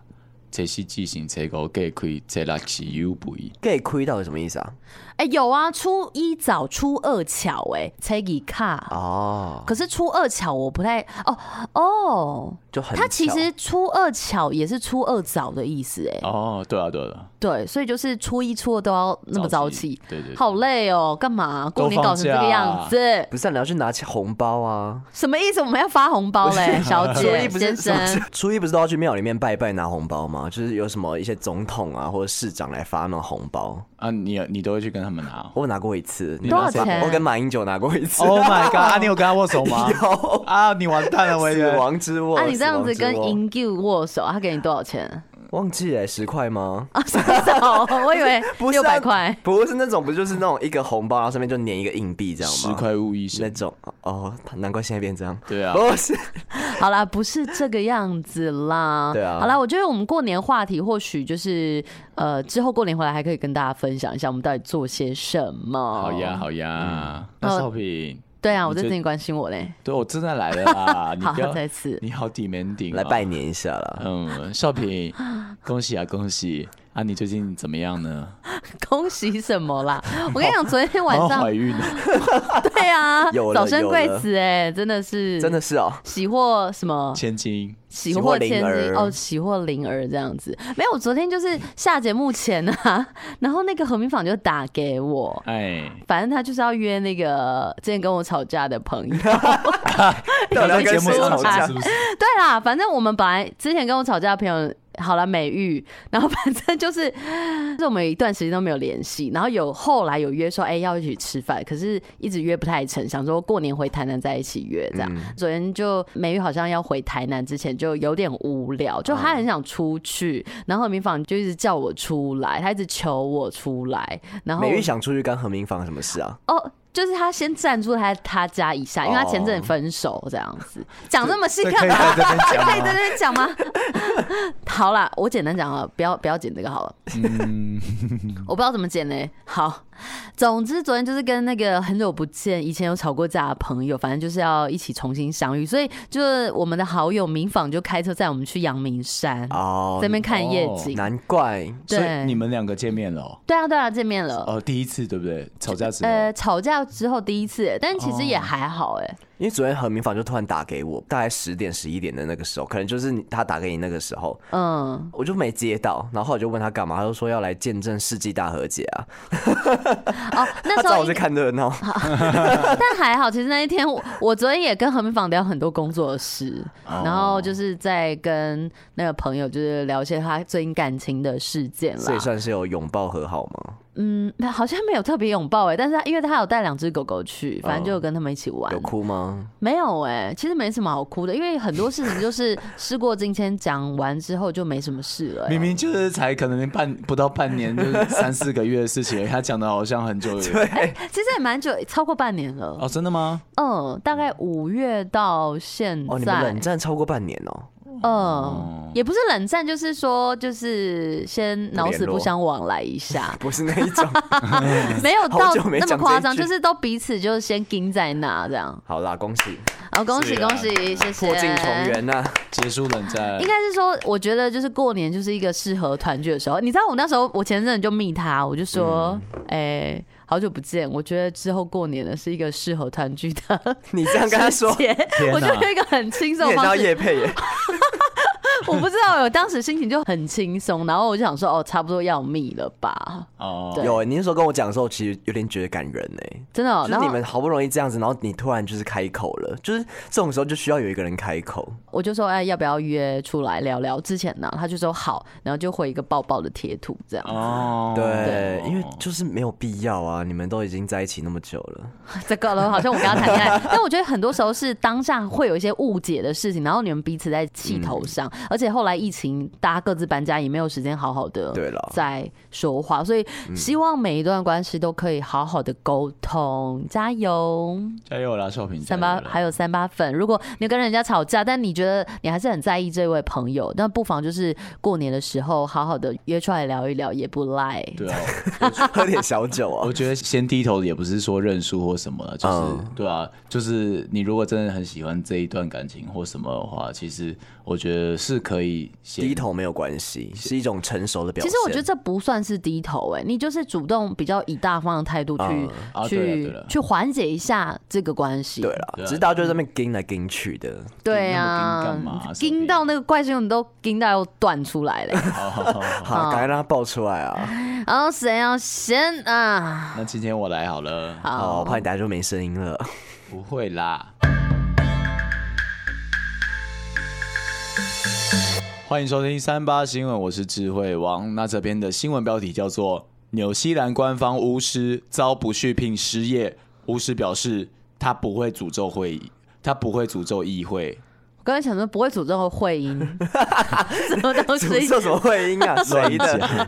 [SPEAKER 3] 谁习祭行谁狗给亏，谁拉起 U 不一。
[SPEAKER 2] 给亏到底什么意思啊？
[SPEAKER 1] 哎有啊，初一早，初二巧，哎，菜一卡。
[SPEAKER 2] 哦，
[SPEAKER 1] 可是初二巧我不太哦哦，
[SPEAKER 2] 就很
[SPEAKER 1] 它其
[SPEAKER 2] 巧
[SPEAKER 1] 实初二巧也是初二早的意思哎，
[SPEAKER 3] 哦，对啊，对啊对啊，
[SPEAKER 1] 对，所以就是初一初二都要那么早
[SPEAKER 3] 早
[SPEAKER 1] 起
[SPEAKER 3] 起，对对对
[SPEAKER 1] 好累哦，干嘛过年搞成这个样
[SPEAKER 3] 都
[SPEAKER 1] 子？
[SPEAKER 2] 不是、啊、你要去拿起红包啊？
[SPEAKER 1] 什么意思？我们要发红包 嘞，小
[SPEAKER 2] 初一
[SPEAKER 1] 姐
[SPEAKER 2] 不
[SPEAKER 1] 先
[SPEAKER 2] 是什么
[SPEAKER 1] 生。
[SPEAKER 2] 初一不是都要去庙里面拜拜拿红包吗？就是有什么一些总统啊或者市长来发那种红包，
[SPEAKER 3] 啊，你你都会去跟他们拿。
[SPEAKER 2] 我有拿过一次，
[SPEAKER 3] 你拿
[SPEAKER 1] 多少钱
[SPEAKER 2] 我跟马英九拿过一 次。
[SPEAKER 3] Oh my god！啊，你有跟他握手吗？
[SPEAKER 2] 有
[SPEAKER 3] 啊，你完蛋了，我以
[SPEAKER 2] 死
[SPEAKER 3] 为。
[SPEAKER 2] 亡之握，
[SPEAKER 1] 啊，你这样子
[SPEAKER 2] 死亡
[SPEAKER 1] 跟
[SPEAKER 2] 之握
[SPEAKER 1] Ingu 握手，他给你多少钱？
[SPEAKER 2] 忘记了十块吗？
[SPEAKER 1] 啊，什么 手？我以为
[SPEAKER 2] 不是
[SPEAKER 1] 六
[SPEAKER 2] 啊
[SPEAKER 1] 百块。
[SPEAKER 2] 不是那种，不就是那种一个红包，然后上面就粘一个硬币这样吗？
[SPEAKER 3] 十块物一
[SPEAKER 2] 那
[SPEAKER 3] 生，
[SPEAKER 2] 种哦，难怪现在变 这样。
[SPEAKER 3] 对啊
[SPEAKER 2] 不是，
[SPEAKER 1] 好啦，不是这个样子啦。
[SPEAKER 2] 对啊
[SPEAKER 1] 好啦，我觉得我们过年话题或许就是呃，之后过年回来还可以跟大家分享一下我们到底做些什么。
[SPEAKER 3] 好呀。好呀。
[SPEAKER 1] 嗯
[SPEAKER 3] 那少平，
[SPEAKER 1] 对啊，我在
[SPEAKER 3] 你
[SPEAKER 1] 这
[SPEAKER 3] 这
[SPEAKER 1] 里关心我嘞。
[SPEAKER 3] 对我真的来了 啦！你
[SPEAKER 1] 好
[SPEAKER 3] 不要
[SPEAKER 1] 再次
[SPEAKER 3] 你好 demanding，
[SPEAKER 2] 来
[SPEAKER 3] 哦
[SPEAKER 2] 拜年一下 啦。
[SPEAKER 3] 嗯，少平，恭喜啊，恭喜啊！你最近怎么样呢？
[SPEAKER 1] 恭喜什么 啦？我跟你讲，昨天晚
[SPEAKER 3] 好像
[SPEAKER 1] 上
[SPEAKER 3] 怀孕了，
[SPEAKER 1] 对啊，
[SPEAKER 2] Oh 有了
[SPEAKER 1] 早生
[SPEAKER 2] 有
[SPEAKER 1] 贵
[SPEAKER 2] 了
[SPEAKER 1] 子哎、真的是
[SPEAKER 2] 真的是哦，
[SPEAKER 1] 喜获什么？
[SPEAKER 3] 千金
[SPEAKER 1] 喜
[SPEAKER 2] 喜获
[SPEAKER 1] 获千
[SPEAKER 2] 麟
[SPEAKER 1] 金
[SPEAKER 2] 儿
[SPEAKER 1] 哦，喜获麟儿这样子。没有，我昨天就是下节目前啊，然后那个何明坊就打给我，
[SPEAKER 3] 哎，
[SPEAKER 1] 反正他就是要约那个之前跟我吵架的 朋友。
[SPEAKER 2] 到底要
[SPEAKER 3] 在
[SPEAKER 2] 跟
[SPEAKER 3] 节目
[SPEAKER 2] 谁
[SPEAKER 3] 上
[SPEAKER 2] 吵
[SPEAKER 3] 吵架
[SPEAKER 1] 啊
[SPEAKER 2] 架
[SPEAKER 3] 是？不是？
[SPEAKER 1] 对啦，反正我们本来之前跟我吵架的朋友，好了，美玉，然后反正就是，就是我们有一段时间都没有联系，然后有后来有约说，哎、要一起吃饭，可是一直约不太成，想说过年回台南再一起约这样。
[SPEAKER 3] 嗯
[SPEAKER 1] 昨天就美玉好像要回台南之前就有点无聊，
[SPEAKER 3] 啊
[SPEAKER 1] 就她很想出去，然后何明芳就一直叫我出来，她一直求我出来，然后
[SPEAKER 2] 美玉
[SPEAKER 1] 我
[SPEAKER 2] 想出去跟何明芳什么事啊？
[SPEAKER 1] 哦。就是她先暂住她她家一下，因为她前阵子分手这样子，讲哦这么细
[SPEAKER 3] 这
[SPEAKER 1] 干
[SPEAKER 3] 可以
[SPEAKER 1] 嘛？
[SPEAKER 3] 在这边讲
[SPEAKER 1] 可以在这
[SPEAKER 3] 吗？
[SPEAKER 1] 边讲吗？ 好啦，我简单讲了，不要不要剪这个好了。嗯 我不知道怎么剪嘞。好，总之昨天就是跟那个很久不见、以前有吵过架的朋友，反正就是要一起重新相遇，所以就是我们的好友明访就开车载我们去阳明山，
[SPEAKER 2] 哦
[SPEAKER 1] 在哦那，边看夜景。
[SPEAKER 2] 难怪
[SPEAKER 3] 所以
[SPEAKER 1] 对
[SPEAKER 3] 你们两个见面了哦，
[SPEAKER 1] 对啊，对啊，见面了。
[SPEAKER 3] 哦，第一次对不对？吵架之后，
[SPEAKER 1] 呃，吵架之后第一次，但其实也还好哎、
[SPEAKER 2] 因为昨天何明芳就突然打给我，大概十点十一点的那个时候，可能就是你他打给你那个时候，
[SPEAKER 1] 嗯，
[SPEAKER 2] 我就没接到，然后我就问他干嘛，他就说要来见证世纪大和解啊，
[SPEAKER 1] 哦，那
[SPEAKER 2] 他
[SPEAKER 1] 时
[SPEAKER 2] 找
[SPEAKER 1] 候
[SPEAKER 2] 我去看热闹，
[SPEAKER 1] 但还好，其实那一天我我昨天也跟何明坊聊很多工作的事，
[SPEAKER 2] 哦
[SPEAKER 1] 然后就是在跟那个朋友就是聊一些他最近感情的事件
[SPEAKER 2] 所以
[SPEAKER 1] 啦。
[SPEAKER 2] 算是有拥抱和好吗？
[SPEAKER 1] 嗯，那好像没有特别拥抱哎、但是他因为他有带两只狗狗去，反正就有跟他们一起玩。
[SPEAKER 2] 哦有哭吗？
[SPEAKER 1] 没有哎、其实没什么好哭的，因为很多事情就是事过境迁，讲完之后就没什么事了、欸。
[SPEAKER 3] 明明就是才可能半不到半年，就是三四个月的事情而已，他讲的好像很久 了。对，
[SPEAKER 1] 其实也蛮久，超过半年了。
[SPEAKER 3] 哦，真的吗？
[SPEAKER 1] 嗯，大概五月到现在。
[SPEAKER 2] 哦，你们冷战超过半年哦，
[SPEAKER 1] 嗯，也不是冷战，就是说，就是先老死不相往来一下
[SPEAKER 2] ，不是那一种。
[SPEAKER 1] 没有到
[SPEAKER 2] 好久没
[SPEAKER 1] 那
[SPEAKER 2] 讲
[SPEAKER 1] 么夸张，
[SPEAKER 2] 这
[SPEAKER 1] 就
[SPEAKER 2] 一句
[SPEAKER 1] 是都彼此就是先盯在那这样。
[SPEAKER 2] 好啦，恭喜
[SPEAKER 1] 好，恭喜
[SPEAKER 3] 是啊
[SPEAKER 1] 恭喜，谢谢。
[SPEAKER 2] 破镜重圆啊呐、
[SPEAKER 3] 结束冷战
[SPEAKER 1] 应，该是说，我觉得就是过年就是一个适合团聚的时候。你知道我那时候，我前阵子就密他，我就说，
[SPEAKER 2] 嗯
[SPEAKER 1] 哎，好久不见，我觉得之后过年呢是一个适合团聚的
[SPEAKER 2] 你这样跟他说，
[SPEAKER 1] 时间
[SPEAKER 3] 天哪
[SPEAKER 1] 我就用一个很轻
[SPEAKER 2] 你
[SPEAKER 1] 松
[SPEAKER 2] 也
[SPEAKER 1] 的方
[SPEAKER 2] 要
[SPEAKER 1] 式
[SPEAKER 2] 叶配耶，
[SPEAKER 1] 我不知道，我当时心情就很轻松，然后我就想说，哦，差不多要密了吧，
[SPEAKER 3] 哦
[SPEAKER 1] 对，
[SPEAKER 2] 有、你那时候跟我讲的时候，其实有点觉得感人哎、
[SPEAKER 1] 真的哦、
[SPEAKER 2] 就是
[SPEAKER 1] 然后
[SPEAKER 2] 你们好不容易这样子，然后你突然就是开口了，就是这种时候就需要有一个人开口。
[SPEAKER 1] 我就说，哎，要不要约出来聊聊？之前呢，他就说好，然后就回一个抱抱的贴图这样，
[SPEAKER 3] 哦，
[SPEAKER 2] 对，因为就是没有必要啊，你们都已经在一起那么久了，
[SPEAKER 1] 这个了，好像我跟他谈恋爱。 但我觉得很多时候是当下会有一些误解的事情，然后你们彼此在气头上，
[SPEAKER 2] 嗯
[SPEAKER 1] 而且后来疫情，大家各自搬家，也没有时间好好的
[SPEAKER 2] 对了嗯
[SPEAKER 1] 在说话，所以希望每一段关系都可以好好的沟通，加油！
[SPEAKER 3] 加油啦，少平，
[SPEAKER 1] 三八还
[SPEAKER 3] 有
[SPEAKER 1] 有三八粉，如果你跟人家吵架，但你觉得你还是很在意这位朋友，那不妨就是过年的时候好好的约出来聊一聊，也不赖。
[SPEAKER 3] 对啊，
[SPEAKER 2] 喝点小酒啊
[SPEAKER 3] 我。觉得先低头也不是说认输或什么了，就是、
[SPEAKER 2] 嗯
[SPEAKER 3] 对啊，就是你如果真的很喜欢这一段感情或什么的话，其实我觉得是可以先
[SPEAKER 2] 低。头没有关系，是一种成熟的表
[SPEAKER 1] 其
[SPEAKER 2] 现。
[SPEAKER 1] 实我觉得这不算是低头、哎，你就是主动比较以大方的态度去、
[SPEAKER 2] 嗯
[SPEAKER 3] 啊对了对
[SPEAKER 1] 去
[SPEAKER 3] 了
[SPEAKER 1] 去缓解一下这个关系。
[SPEAKER 2] 对了，
[SPEAKER 3] 对啊
[SPEAKER 2] 只是大家就在那
[SPEAKER 1] 嗯
[SPEAKER 2] 边跟来跟去的，
[SPEAKER 1] 对
[SPEAKER 3] 你那么
[SPEAKER 1] 啊
[SPEAKER 3] 盯干嘛，
[SPEAKER 1] 盯到那个怪兽，你都盯到要断出来 了。
[SPEAKER 3] 好好好好，
[SPEAKER 2] 好，赶快让他爆出来啊！
[SPEAKER 1] 然后谁要先啊？
[SPEAKER 3] 那今天我来好了，
[SPEAKER 2] 好，我怕你等下就没声 音了。
[SPEAKER 3] 不会啦。欢迎收听三八新闻，我是智慧王。那这边的新闻标题叫做：纽西兰官方巫师遭不续聘失业，巫师表示他不会诅咒会议，他不会诅咒议会。
[SPEAKER 1] 我刚才想说不会诅咒会 阴，什么东西？
[SPEAKER 2] 这什么会音啊？谁的？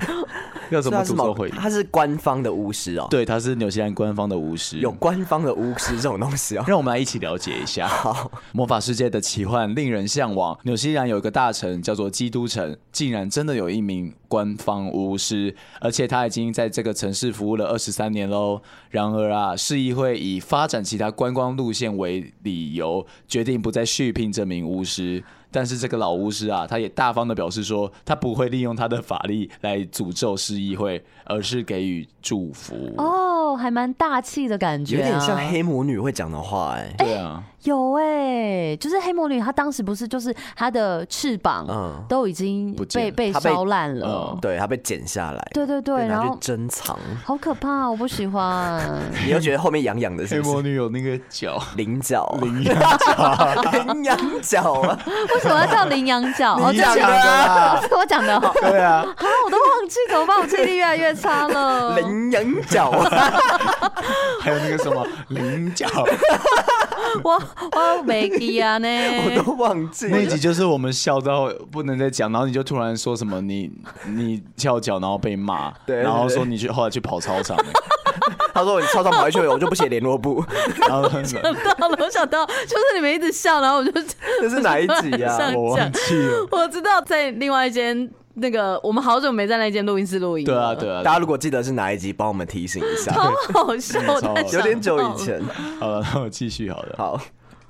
[SPEAKER 3] 要怎么
[SPEAKER 2] 他是
[SPEAKER 3] 诅咒会议？
[SPEAKER 2] 他是官方的巫师哦，，
[SPEAKER 3] 对，他是纽西兰官方的巫师。
[SPEAKER 2] 有官方的巫师这种东 西哦。
[SPEAKER 1] 啊
[SPEAKER 3] 让我们来一起了解一下。好，魔法世界的奇幻令人向往。纽西兰有一个大城叫做基督城，竟然真的有一名官方巫师，而且他已经在这个城市服务了二十三年喽。然而啊，市议会以发展其他观光路线为理由，决定不再续聘这名巫师。但是这个老巫师啊，他也大方的表示说，他不会利用他的法力来诅咒市议会，而是给予祝福。
[SPEAKER 1] 哦，还蛮大气的感觉、
[SPEAKER 2] 有
[SPEAKER 1] 啊，
[SPEAKER 2] 点像黑魔女会讲的话哎、
[SPEAKER 3] 对啊，
[SPEAKER 1] 有哎、就是黑魔女，她当时不是就是她的翅膀
[SPEAKER 2] 嗯
[SPEAKER 1] 都已经
[SPEAKER 3] 不
[SPEAKER 1] 被
[SPEAKER 3] 见了
[SPEAKER 1] 被嗯
[SPEAKER 2] 她被
[SPEAKER 1] 烧烂了，
[SPEAKER 2] 对，它被剪下来，
[SPEAKER 1] 对对对，
[SPEAKER 2] 被
[SPEAKER 1] 然
[SPEAKER 2] 拿
[SPEAKER 1] 后
[SPEAKER 2] 去珍藏。
[SPEAKER 1] 好可怕，我不喜 欢。
[SPEAKER 2] 你又觉得后面痒痒的，是
[SPEAKER 3] 黑
[SPEAKER 2] 不
[SPEAKER 3] 魔
[SPEAKER 2] 是？
[SPEAKER 3] 女有那个脚，
[SPEAKER 2] 菱角，
[SPEAKER 3] 羚羊
[SPEAKER 2] 羚羊角啊，
[SPEAKER 1] 为什么要叫羚羊角？哦，
[SPEAKER 3] 你
[SPEAKER 1] 这
[SPEAKER 3] 讲
[SPEAKER 1] 是
[SPEAKER 3] 的 啦，
[SPEAKER 1] 是我讲的哦，
[SPEAKER 3] 对啊，
[SPEAKER 1] 啊，我都忘记，怎么办？我记忆力越来越差了。
[SPEAKER 2] 羚羊角啊，
[SPEAKER 3] 还有那个什么菱角，
[SPEAKER 1] 我我没记啊呢。
[SPEAKER 2] 我都忘记了。
[SPEAKER 3] 那一集就是我们笑到不能再讲，然后你就突然说什么你你翘脚，然后被骂，
[SPEAKER 2] 对
[SPEAKER 3] 然后
[SPEAKER 2] 对对
[SPEAKER 3] 说你去后来去跑 操场，
[SPEAKER 2] 他说我超常跑来去，我就不写联络簿，
[SPEAKER 3] 然后那个
[SPEAKER 1] 想到了，我想到，就是你们一直笑，然后我就
[SPEAKER 2] 这是哪一集 啊？
[SPEAKER 1] 上，
[SPEAKER 3] 我忘记了
[SPEAKER 1] 我知道在另外一间那个，我们好久没在那间录音室录音
[SPEAKER 3] 对啊
[SPEAKER 1] 了，
[SPEAKER 3] 对啊，
[SPEAKER 2] 大家如果记得是哪一集，帮我们提醒一下，
[SPEAKER 1] 好好笑，我在想
[SPEAKER 2] 有点久以。
[SPEAKER 3] 啊
[SPEAKER 2] 前。
[SPEAKER 3] 好了，那我继续好了。
[SPEAKER 2] 好，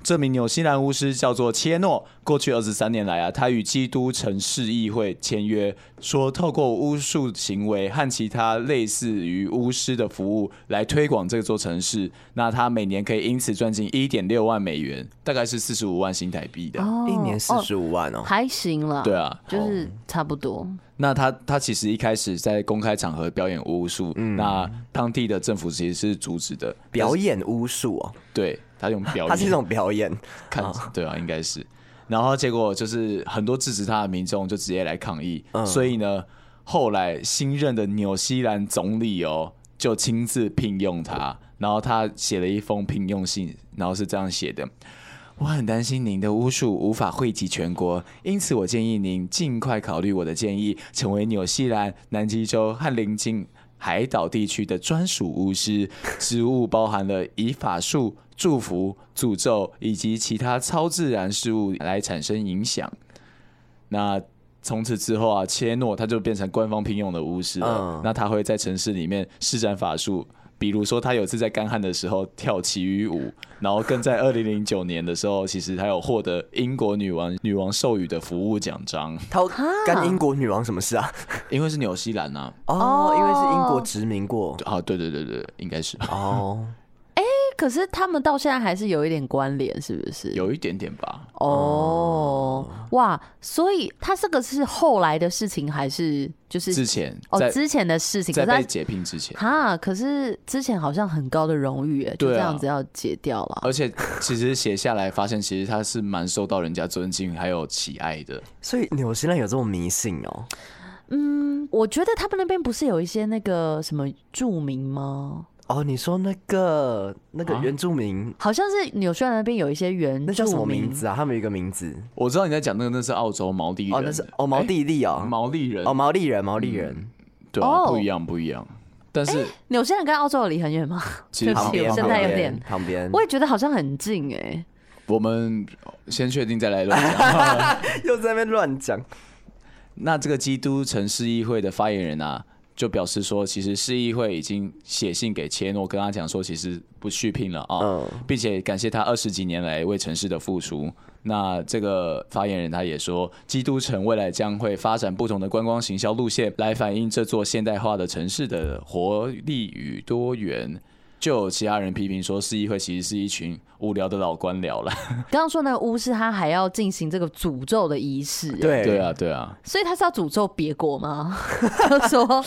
[SPEAKER 3] 这名纽西兰巫师叫做切诺。过去二十三年来啊，他与基督城市议会签约，说透过巫术行为和其他类似于巫师的服务来推广这座城市。那他每年可以因此赚进一点六万美元，大概是四十五万新台币的。
[SPEAKER 1] 哦
[SPEAKER 2] 一年四
[SPEAKER 1] 哦
[SPEAKER 2] 十五万哦，
[SPEAKER 1] 还行了，
[SPEAKER 3] 对啊
[SPEAKER 1] 就是差不多。
[SPEAKER 3] 那他他其实一开始在公开场合表演巫术，那当地的政府其实是阻止的。
[SPEAKER 2] 表演巫术哦，
[SPEAKER 3] 对他用表演，
[SPEAKER 2] 它是一种表演。
[SPEAKER 3] 看，对啊，应该是。然后结果就是很多支持他的民众就直接来抗议，所以呢，后来新任的纽西兰总理哦就亲自聘用他，然后他写了一封聘用信，然后是这样写的。我很担心您的巫术无法惠及全国，因此我建议您尽快考虑我的建议，成为纽西兰、南极洲和邻近海岛地区的专属巫师。职务包含了以法术、祝福、诅咒以及其他超自然事物来产生影响。那从此之后啊，切诺他就变成官方聘用的巫师了。
[SPEAKER 2] 嗯
[SPEAKER 3] 那他会在城市里面施展法术，比如说他有一次在干旱的时候跳旗语舞，然后更在二零零九年的时候，其实他有获得英国女王女王授予的服务奖章，
[SPEAKER 2] 它干英国女王什么事啊？
[SPEAKER 3] 因为是纽西兰啊。
[SPEAKER 2] 哦，因为是英国殖民过。
[SPEAKER 3] 啊，对对对对，应该是
[SPEAKER 2] 哦，
[SPEAKER 1] 哎可是他们到现在还是有一点关联，是不是？
[SPEAKER 3] 有一点点吧。
[SPEAKER 1] 哦，哇！所以他这个是后来的事情，还是就是
[SPEAKER 3] 之前
[SPEAKER 1] 哦
[SPEAKER 3] 在
[SPEAKER 1] 之前的事情？可
[SPEAKER 3] 在
[SPEAKER 1] 是他
[SPEAKER 3] 被解聘之前，
[SPEAKER 1] 哈，可是之前好像很高的荣誉，哎就
[SPEAKER 3] 对啊
[SPEAKER 1] 这样子要解掉了。
[SPEAKER 3] 而且其实写下来发现，其实他是蛮受到人家尊敬还有喜爱的。
[SPEAKER 2] 所以纽西兰有这么迷信哦？
[SPEAKER 1] 嗯，我觉得他们那边不是有一些那个什么著名吗？
[SPEAKER 2] 哦，你说那个那
[SPEAKER 3] 啊
[SPEAKER 2] 个原住民，
[SPEAKER 1] 好像是纽西兰那边有一些原
[SPEAKER 2] 那叫什么
[SPEAKER 1] 住民
[SPEAKER 2] 名字啊？他们有一个名字
[SPEAKER 3] 我知道你在讲那个，那是澳洲毛利人，
[SPEAKER 2] 哦，那是哦毛地利哦，
[SPEAKER 3] 毛利人，
[SPEAKER 2] 哦毛利人毛利人，
[SPEAKER 3] 对啊，
[SPEAKER 1] 哦
[SPEAKER 3] 不一样不一样。但是
[SPEAKER 1] 纽西兰跟澳洲有离很远吗？
[SPEAKER 3] 其
[SPEAKER 1] 对
[SPEAKER 3] 实
[SPEAKER 1] 不
[SPEAKER 3] 旁
[SPEAKER 1] 起，
[SPEAKER 3] 边
[SPEAKER 1] 我现在有点，
[SPEAKER 2] 旁边
[SPEAKER 1] 我也觉得好像很近哎、
[SPEAKER 3] 我们先确定再来乱讲。
[SPEAKER 2] 又在那边乱讲。
[SPEAKER 3] 那这个基督城市议会的发言人啊，就表示说，其实市议会已经写信给切诺，跟他讲说，其实不续聘了啊，
[SPEAKER 2] 嗯
[SPEAKER 3] 并且感谢他二十几年来为城市的付出。那这个发言人他也说，基督城未来将会发展不同的观光行销路线，来反映这座现代化的城市的活力与多元。就有其他人批评说，市议会其实是一群无聊的老官僚了。
[SPEAKER 1] 刚刚说那个巫师他还要进行这个诅咒的仪式、欸，
[SPEAKER 2] 对
[SPEAKER 3] 对，啊，对啊。
[SPEAKER 1] 所以他是要诅咒别国吗？ 就说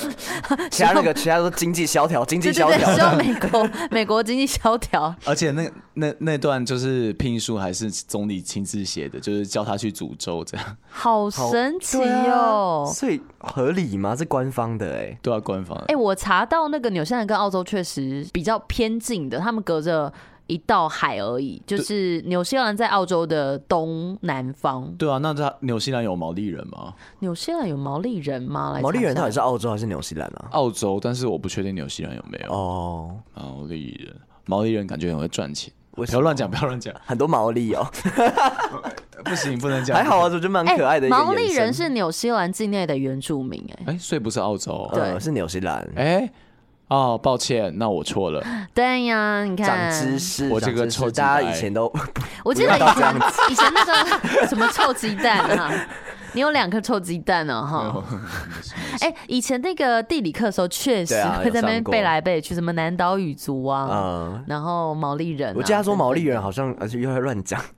[SPEAKER 2] 其他那个其他都经济萧条，经济
[SPEAKER 1] 对对
[SPEAKER 2] 萧
[SPEAKER 1] 对，
[SPEAKER 2] 条
[SPEAKER 1] 希望美国美国经济萧条，
[SPEAKER 3] 而且那那那段就是聘书还是总理亲自写的，就是叫他去诅咒这样，
[SPEAKER 1] 好
[SPEAKER 2] 好
[SPEAKER 1] 神奇
[SPEAKER 2] 对啊
[SPEAKER 1] 哦、
[SPEAKER 2] 所以合理吗？是官方的哎，
[SPEAKER 3] 都要官方。
[SPEAKER 1] 哎、我查到那个纽西兰跟澳洲确实比较偏近的，他们隔着一道海而已，就是纽西兰在澳洲的东南方。
[SPEAKER 3] 对啊，那他纽西兰有毛利人吗？
[SPEAKER 1] 纽西兰有毛利人吗？来
[SPEAKER 2] 毛利人
[SPEAKER 1] 查
[SPEAKER 2] 到
[SPEAKER 1] 一
[SPEAKER 2] 底
[SPEAKER 1] 下
[SPEAKER 2] 是澳洲还是纽西兰啊？
[SPEAKER 3] 澳洲，但是我不确定纽西兰有没有
[SPEAKER 2] 哦，
[SPEAKER 3] 毛利人。毛利人感觉很会赚钱，不
[SPEAKER 2] 为什
[SPEAKER 3] 要乱讲，不要乱讲，
[SPEAKER 2] 很多毛利哦，
[SPEAKER 3] 不行，不能讲。
[SPEAKER 2] 还好啊，，我觉得蛮可爱的一个
[SPEAKER 1] 毛利
[SPEAKER 2] 延伸
[SPEAKER 1] 人是纽西兰境内的原住民、哎，
[SPEAKER 3] 哎、所以不是澳洲哦，
[SPEAKER 1] 对
[SPEAKER 2] 呃是纽西兰，
[SPEAKER 3] 哎、哦，抱歉，那我错了。
[SPEAKER 1] 对呀，你
[SPEAKER 2] 长
[SPEAKER 1] 看，
[SPEAKER 2] 知识，
[SPEAKER 3] 我这个
[SPEAKER 2] 长知识
[SPEAKER 3] 臭鸡
[SPEAKER 2] 大家
[SPEAKER 3] 掰
[SPEAKER 2] 以前都
[SPEAKER 1] 我记得
[SPEAKER 2] 不要
[SPEAKER 1] 以
[SPEAKER 2] 这样
[SPEAKER 1] 前以前那个什么臭鸡蛋啊，你有两颗臭鸡蛋哦，哈。哎、以前那个地理课的时候，确实
[SPEAKER 2] 对啊
[SPEAKER 1] 会在那
[SPEAKER 2] 有
[SPEAKER 1] 边
[SPEAKER 2] 上过
[SPEAKER 1] 背来背去，什么南岛语族啊，
[SPEAKER 2] 嗯，
[SPEAKER 1] 然后毛利人、啊。
[SPEAKER 2] 我记得他说毛利人好像，而且又会乱讲。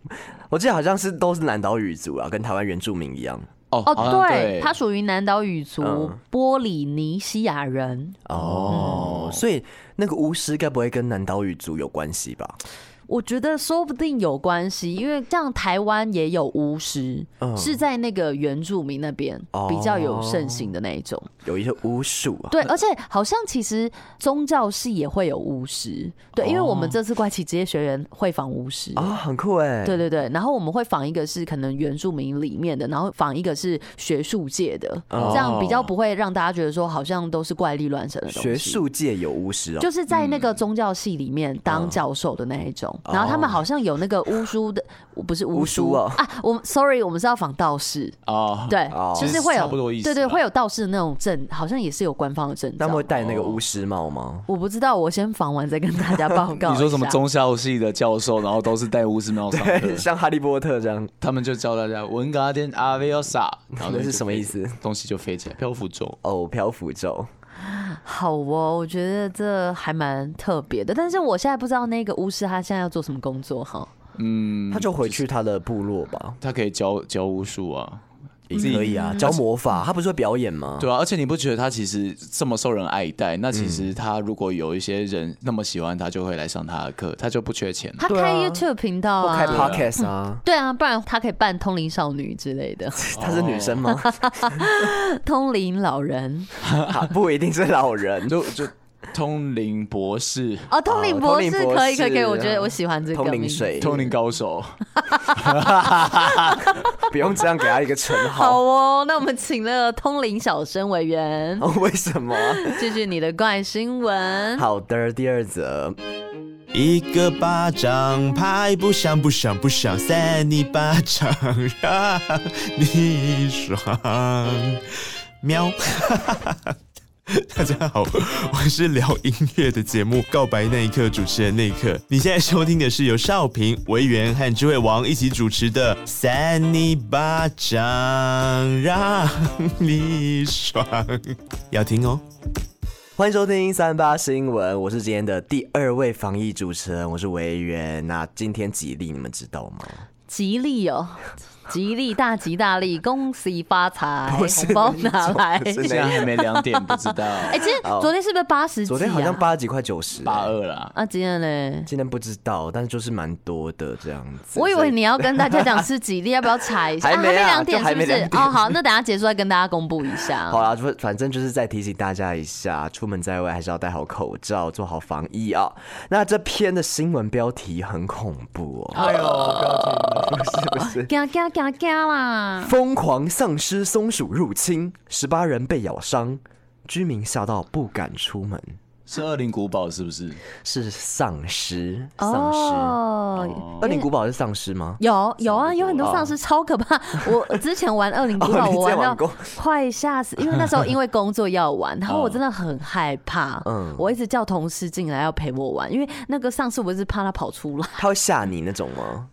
[SPEAKER 2] 我记得好像是都是南岛语族啊，跟台湾原住民一样。
[SPEAKER 3] 哦
[SPEAKER 1] 哦，
[SPEAKER 3] 好像
[SPEAKER 1] 对，他属于南岛语族、
[SPEAKER 2] 嗯
[SPEAKER 1] 波里尼西亚人。
[SPEAKER 2] 哦，所以那个巫师该不会跟南岛语族有关系吧？
[SPEAKER 1] 我觉得说不定有关系，因为像台湾也有巫师，
[SPEAKER 2] 嗯
[SPEAKER 1] 是在那个原住民那边
[SPEAKER 2] 哦
[SPEAKER 1] 比较有盛行的那一种。
[SPEAKER 2] 有一些巫术啊。
[SPEAKER 1] 对，而且好像其实宗教系也会有巫师，对，因为我
[SPEAKER 2] 哦
[SPEAKER 1] 们这次怪奇职业学员会访巫师。
[SPEAKER 2] 啊，很酷哎。
[SPEAKER 1] 对对对，然后我们会仿一个是可能原住民里面的，然后仿一个是学术界的，
[SPEAKER 2] 哦
[SPEAKER 1] 这样比较不会让大家觉得说好像都是怪力乱神的东西。
[SPEAKER 2] 学术界有巫师哦。
[SPEAKER 1] 就是在那个宗教系里面
[SPEAKER 2] 嗯
[SPEAKER 1] 当教授的那一种，然后他们好像有那个巫术的，不是巫
[SPEAKER 2] 哦巫
[SPEAKER 1] 术
[SPEAKER 2] 术哦
[SPEAKER 1] 啊，我们 sorry，我们是要仿道士，
[SPEAKER 3] 哦，
[SPEAKER 1] 对，
[SPEAKER 2] 哦
[SPEAKER 1] 就是会有
[SPEAKER 3] 差不多意思
[SPEAKER 1] 对对，
[SPEAKER 3] 啦
[SPEAKER 1] 会有道士的那种证，好像也是有官方的证
[SPEAKER 2] 那么会
[SPEAKER 1] 照。
[SPEAKER 2] 戴那个巫师帽吗？
[SPEAKER 1] 我不知道，我先访完再跟大家报 告。
[SPEAKER 3] 你 说什么？宗教系的教授，然后都是戴巫师帽上课，
[SPEAKER 2] 像哈利波特这 样。啊
[SPEAKER 3] 他们就教大家文嘎颠阿维奥萨，然后
[SPEAKER 2] 那
[SPEAKER 3] 就是
[SPEAKER 2] 什么
[SPEAKER 3] 飞
[SPEAKER 2] 意思？
[SPEAKER 3] 东西就飞起来，漂浮咒。
[SPEAKER 2] 哦，漂浮咒。
[SPEAKER 1] 好哦，我觉得这还蛮特别的，但是我现在不知道那个巫师他现在要做什么工作哈。
[SPEAKER 2] 他就回去他的部落吧，
[SPEAKER 3] 他可以教教巫术啊，
[SPEAKER 2] 也可以啊，教魔法。他不是会表演吗？
[SPEAKER 3] 对啊，而且你不觉得他其实这么受人爱戴？那其实他如果有一些人那么喜欢他，就会来上他的课，他就不缺钱了。
[SPEAKER 1] 他
[SPEAKER 2] 对啊
[SPEAKER 1] 开 YouTube 频道
[SPEAKER 2] 或开
[SPEAKER 1] 啊，
[SPEAKER 2] podcast 啊。
[SPEAKER 1] 对啊，不然他可以扮通灵少女之类 的，
[SPEAKER 2] 她是女生 吗？
[SPEAKER 1] 通灵老人。
[SPEAKER 2] 好啊不一定是老人。
[SPEAKER 3] 就就通灵博 士、
[SPEAKER 1] 哦，通灵
[SPEAKER 2] 哦
[SPEAKER 1] 博
[SPEAKER 2] 通
[SPEAKER 1] 士
[SPEAKER 2] 灵博
[SPEAKER 1] 可以可以
[SPEAKER 2] 士
[SPEAKER 1] 可以，我觉得
[SPEAKER 2] 啊
[SPEAKER 1] 我喜欢这个
[SPEAKER 2] 通灵
[SPEAKER 1] 名字
[SPEAKER 2] 水，
[SPEAKER 3] 通灵高手，
[SPEAKER 2] 不用这样给他一个称
[SPEAKER 1] 好
[SPEAKER 2] 号。
[SPEAKER 1] 哦，那我们请了通灵小生委员，
[SPEAKER 2] 哦为什么啊？
[SPEAKER 1] 继续你的怪新闻。
[SPEAKER 2] 好的，第二则，
[SPEAKER 5] 一个巴掌拍不响，不响不响，扇你巴掌让你爽。喵， 大家好，我是聊音乐的节目《告白那一刻》主持人那一刻。你现在收听的是由少平、维园和智慧王一起主持的《扇你巴掌让你爽》，要听哦。
[SPEAKER 2] 欢迎收听三八新闻，我是今天的第二位防疫主持人，我是维园。那今天吉利，你们知道吗？
[SPEAKER 1] 吉利哦，吉利大吉大利，恭喜发财，红包拿来。
[SPEAKER 2] 是
[SPEAKER 3] 现在还没两点，不 知道
[SPEAKER 1] 哎，今天昨天是不是八十几啊？
[SPEAKER 2] 哦昨天好像八十几块九十，
[SPEAKER 3] 八二啦。
[SPEAKER 1] 啊，今天嘞。
[SPEAKER 2] 今天不知道，但是就是蛮多的这样子。
[SPEAKER 1] 我以为
[SPEAKER 2] 所
[SPEAKER 1] 你要跟大家讲是吉利，要不要查一下？
[SPEAKER 2] 还没啊
[SPEAKER 1] 两
[SPEAKER 2] 就
[SPEAKER 1] 点
[SPEAKER 2] 还
[SPEAKER 1] 是不
[SPEAKER 2] 没
[SPEAKER 1] 是
[SPEAKER 2] 两？点
[SPEAKER 1] 哦，好，那等下结束再跟大家公布一下。
[SPEAKER 2] 好啦，就反正就是再提醒大家一下，出门在外还是要戴好口罩，做好防疫啊。那这篇的新闻标题很恐怖哦，
[SPEAKER 3] 哎呦，不要听了。
[SPEAKER 1] 嘎嘎嘎嘎啦！
[SPEAKER 2] 疯狂丧尸松鼠入侵，十八人被咬伤，居民吓到不敢出门。
[SPEAKER 3] 是二零古堡是不是？
[SPEAKER 2] 是丧尸，丧尸。
[SPEAKER 1] 哦，
[SPEAKER 2] 二零古堡是丧尸吗？
[SPEAKER 1] 有有啊，有很多丧尸超可 怕。我之前玩《恶灵古堡
[SPEAKER 2] 哦哦》，你之前
[SPEAKER 1] 我玩
[SPEAKER 2] 玩
[SPEAKER 1] 到
[SPEAKER 2] 过
[SPEAKER 1] 快吓死，因为那时候因为工作要 玩，然后我真的很害怕。嗯
[SPEAKER 2] 嗯，
[SPEAKER 1] 我一直叫同事进来要陪我玩，因为那个丧尸我一直怕他跑出来。
[SPEAKER 2] 他会吓你那种吗？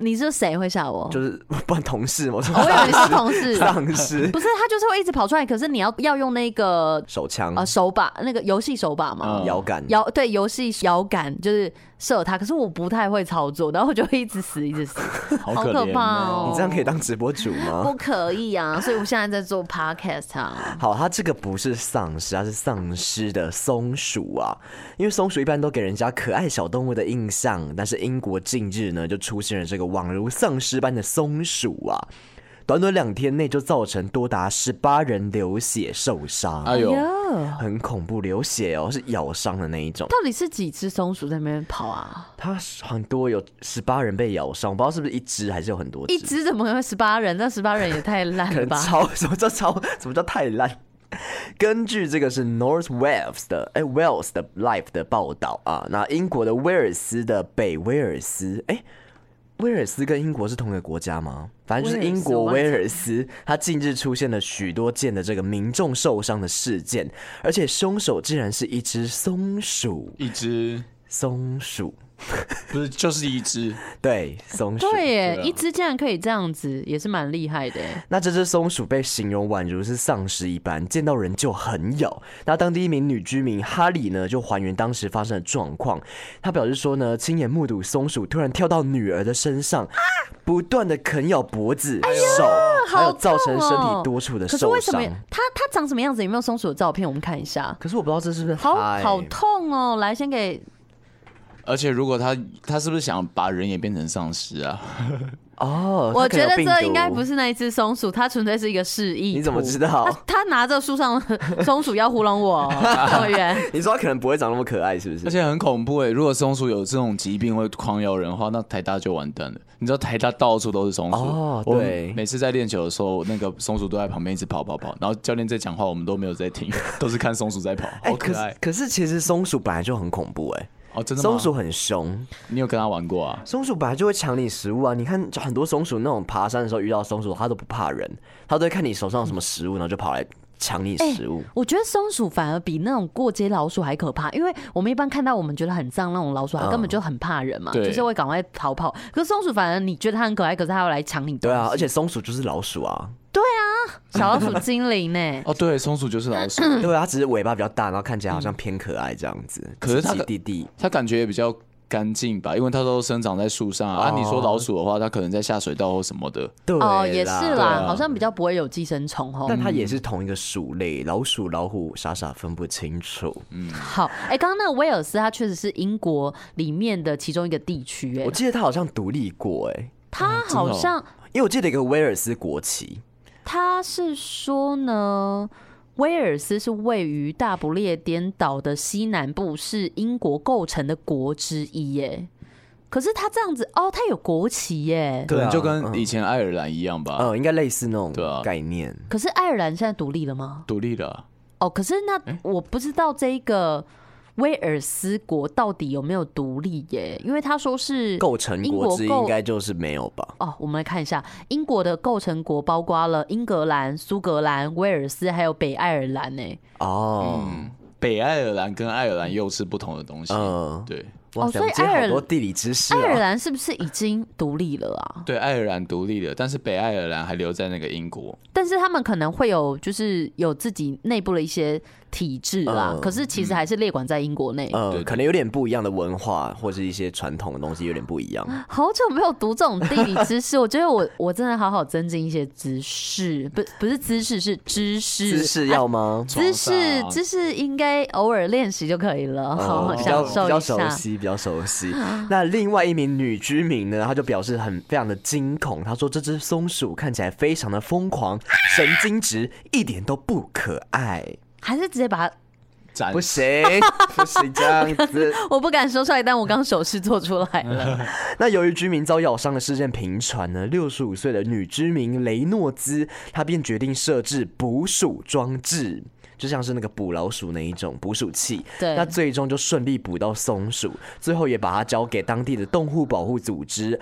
[SPEAKER 1] 你是谁会吓我？
[SPEAKER 2] 就是不然同事吗？我说
[SPEAKER 1] 我以为哦是同事，
[SPEAKER 2] 丧尸
[SPEAKER 1] 不是他就是会一直跑出来，可是你要要用那个
[SPEAKER 2] 手枪
[SPEAKER 1] 呃手把，那个游戏手把嘛。
[SPEAKER 3] 嗯
[SPEAKER 2] 摇杆，
[SPEAKER 1] 摇对游戏摇杆就是射它，可是我不太会操作，然后我就会一直死一直死，
[SPEAKER 3] 好
[SPEAKER 1] 好可
[SPEAKER 3] 怜
[SPEAKER 1] 怕
[SPEAKER 3] 哦。
[SPEAKER 1] 哦！
[SPEAKER 2] 你这样可以当直播主吗？
[SPEAKER 1] 不可以啊，所以我现在在做 podcast 啊。
[SPEAKER 2] 好，它这个不是丧尸，它是丧尸的松鼠啊。因为松鼠一般都给人家可爱小动物的印象，但是英国近日呢，就出现了这个宛如丧尸般的松鼠啊。短短两天内就造成多达十八人流血受伤，
[SPEAKER 3] 哎呦，
[SPEAKER 1] 哟
[SPEAKER 2] 很恐怖，流血哦，是咬伤的那一种。
[SPEAKER 1] 到底是几只松鼠在那边跑啊？
[SPEAKER 2] 它很多有十八人被咬伤，我不知道是不是一只，还是有很多
[SPEAKER 1] 一只怎么会十八人？那十八人也太烂
[SPEAKER 2] 可
[SPEAKER 1] 了
[SPEAKER 2] 能
[SPEAKER 1] 吧！
[SPEAKER 2] 超什么叫超什么叫太烂？根据这个是 North Wales 的哎、Wales 的 Life 的报道啊，那英国的威尔斯的北威尔斯哎。威尔斯跟英国是同一个国家吗？反正就是英国
[SPEAKER 1] 威
[SPEAKER 2] 威
[SPEAKER 1] 尔斯
[SPEAKER 2] 尔斯，它近日出现了许多件的这个民众受伤的事件，而且凶手竟然是一只松鼠，
[SPEAKER 3] 一只
[SPEAKER 2] 松鼠，
[SPEAKER 3] 不是就是一只，
[SPEAKER 2] 对，松鼠。
[SPEAKER 1] 对耶，
[SPEAKER 3] 对啊
[SPEAKER 1] 一只竟然可以这样子，也是蛮厉害的耶。
[SPEAKER 2] 那这只松鼠被形容宛如是丧尸一般，见到人就很咬。那当地一名女居民哈里呢，就还原当时发生的状况。她表示说呢，亲眼目睹松鼠突然跳到女儿的身上，不断的啃咬脖子、手，还有
[SPEAKER 1] 啊哎好
[SPEAKER 2] 造成
[SPEAKER 1] 痛
[SPEAKER 2] 身体
[SPEAKER 1] 哦
[SPEAKER 2] 多处的
[SPEAKER 1] 可是为什
[SPEAKER 2] 受伤
[SPEAKER 1] 么。它它长什么样子？有没有松鼠的照片？我们看一下。
[SPEAKER 2] 可是我不知道这是不是
[SPEAKER 1] 好
[SPEAKER 2] 它欸
[SPEAKER 1] 好痛哦！来，先给
[SPEAKER 3] 而且如果它它是不是想把人也变成丧尸啊？
[SPEAKER 2] 哦，它
[SPEAKER 1] 我
[SPEAKER 2] 可能
[SPEAKER 1] 觉
[SPEAKER 2] 有
[SPEAKER 1] 得
[SPEAKER 2] 病
[SPEAKER 1] 这
[SPEAKER 2] 毒
[SPEAKER 1] 应该不。是那一只松鼠，它纯粹是一个示意。
[SPEAKER 2] 你怎么知？道
[SPEAKER 1] 他？他拿着树上的松鼠要糊弄 我，特员。
[SPEAKER 2] 你说它可能不会长那么可爱，是不是
[SPEAKER 3] 而？且很恐怖哎、如果松鼠有这种疾病会狂咬人的话，那台大就完蛋了。你知道台大到处都是松鼠，
[SPEAKER 2] 哦
[SPEAKER 3] 我们
[SPEAKER 2] 对
[SPEAKER 3] 每次在练球的时候，那个松鼠都在旁边一直跑跑跑，然后教练在讲话，我们都没有在听，都是看松鼠在跑，好
[SPEAKER 2] 哎可
[SPEAKER 3] 可爱、
[SPEAKER 2] 是可是其实松鼠本来就很恐怖哎、
[SPEAKER 3] 哦！真的吗？
[SPEAKER 2] 松鼠，很凶，
[SPEAKER 3] 你有跟它玩过啊？
[SPEAKER 2] 松鼠本来就会抢你食物啊！你看，就很多松鼠那种爬山的时候遇到松鼠，它都不怕人，它都会看你手上有什么食物，然后就跑来抢你食物。
[SPEAKER 1] 我觉得松鼠反而比那种过街老鼠还可怕，因为我们一般看到我们觉得很脏那种老鼠，它根本就很怕人嘛，
[SPEAKER 3] 对
[SPEAKER 1] 就是会赶快逃跑。可是松鼠反而你觉得它很可爱，可是它要来抢你。
[SPEAKER 2] 对啊，，而且松鼠就是老鼠啊，
[SPEAKER 1] 小老鼠精灵呢、
[SPEAKER 3] 哦，对，松鼠就是老鼠，
[SPEAKER 2] 对啊，它只是尾巴比较大，然后看起来好像偏可爱这样子。
[SPEAKER 3] 可是它
[SPEAKER 2] 吉吉弟弟
[SPEAKER 3] 它感觉也比较干净吧，因为它都生长在树上啊。啊
[SPEAKER 2] 哦
[SPEAKER 3] 你说老鼠的话，它可能在下水道或什么的。
[SPEAKER 2] 对
[SPEAKER 1] 哦，也是
[SPEAKER 2] 啦，
[SPEAKER 1] 啦，好像比较不会有寄生虫哦。
[SPEAKER 2] 但它也是同一个鼠类，老鼠老虎傻傻分不清楚。
[SPEAKER 1] 好，哎、刚刚那个威尔斯，它确实是英国里面的其中一个地区、
[SPEAKER 2] 我
[SPEAKER 1] 哎，
[SPEAKER 2] 记得它好像独立过哎、
[SPEAKER 1] 它
[SPEAKER 3] 真的哦
[SPEAKER 1] 好像
[SPEAKER 2] 因为我记得一个威尔斯国旗。
[SPEAKER 1] 他是说呢，威尔斯是位于大不列颠岛的西南部，是英国构成的国之一耶。可是他这样子哦，他有国旗耶。
[SPEAKER 3] 可
[SPEAKER 2] 对啊
[SPEAKER 3] 能就跟以前爱尔兰一样吧，
[SPEAKER 2] 呃，应该类似那
[SPEAKER 3] 啊对啊
[SPEAKER 2] 种概念。
[SPEAKER 1] 可是爱尔兰现在独立了吗？
[SPEAKER 3] 独立了啊。
[SPEAKER 1] 哦，可是那我不知道这一个威尔斯国到底有没有独立耶，因为他说是
[SPEAKER 2] 构成
[SPEAKER 1] 英
[SPEAKER 2] 国
[SPEAKER 1] 国
[SPEAKER 2] 之一
[SPEAKER 1] 构
[SPEAKER 2] 应该就是没有吧？
[SPEAKER 1] 哦，我们来看一下，英国的构成国包括了英格兰、苏格兰、威尔斯还有北爱尔兰呢。
[SPEAKER 2] 哦，
[SPEAKER 3] 北爱尔兰跟爱尔兰又是不同的东西。
[SPEAKER 2] 嗯
[SPEAKER 3] 对
[SPEAKER 2] 哇
[SPEAKER 1] 哦
[SPEAKER 2] 塞，
[SPEAKER 1] 所以
[SPEAKER 2] 我们今
[SPEAKER 1] 爱
[SPEAKER 2] 天
[SPEAKER 1] 尔
[SPEAKER 2] 好多地理知识
[SPEAKER 1] 爱尔
[SPEAKER 2] 啊！
[SPEAKER 1] 兰是不是已经独立了啊？
[SPEAKER 3] 对，爱尔兰独立了，但是北爱尔兰还留在那个英国。
[SPEAKER 1] 但是他们可能会有，就是有自己内部的一些体制啦。
[SPEAKER 2] 嗯
[SPEAKER 1] 可是其实还是列管在英国内。
[SPEAKER 2] 呃，
[SPEAKER 3] 对
[SPEAKER 2] 可能有点不一样的文化，或是一些传统的东西有点不一样。
[SPEAKER 1] 好久没有读这种地理知识，我觉得我我真的好好增进一些知识，不不是知识是知识。啊
[SPEAKER 2] 知识要啊吗？
[SPEAKER 1] 姿
[SPEAKER 3] 床
[SPEAKER 1] 势
[SPEAKER 3] 上，
[SPEAKER 1] 姿势应该偶尔练习就可以了，好好
[SPEAKER 2] 嗯比较
[SPEAKER 1] 享受一
[SPEAKER 2] 呃比较熟
[SPEAKER 1] 下。嗯
[SPEAKER 2] 悉，比较熟悉。那另外一名女居民呢，她就表示很非常的惊恐，她说这只松鼠看起来非常的疯狂， 神经质，一点都不可爱。
[SPEAKER 1] 还是直接把它，
[SPEAKER 3] 展
[SPEAKER 2] 不行，不行这样子。
[SPEAKER 1] 我不敢说出来，但我刚手势做出来 了。
[SPEAKER 2] 那由于居民遭咬伤的事件频传呢，六十五岁的女居民雷诺兹，她便决定设置捕鼠装置。就像是那个捕老鼠那一种捕鼠器，
[SPEAKER 1] 对
[SPEAKER 2] 那最终就顺利捕到松鼠，最后也把它交给当地的动物保护组织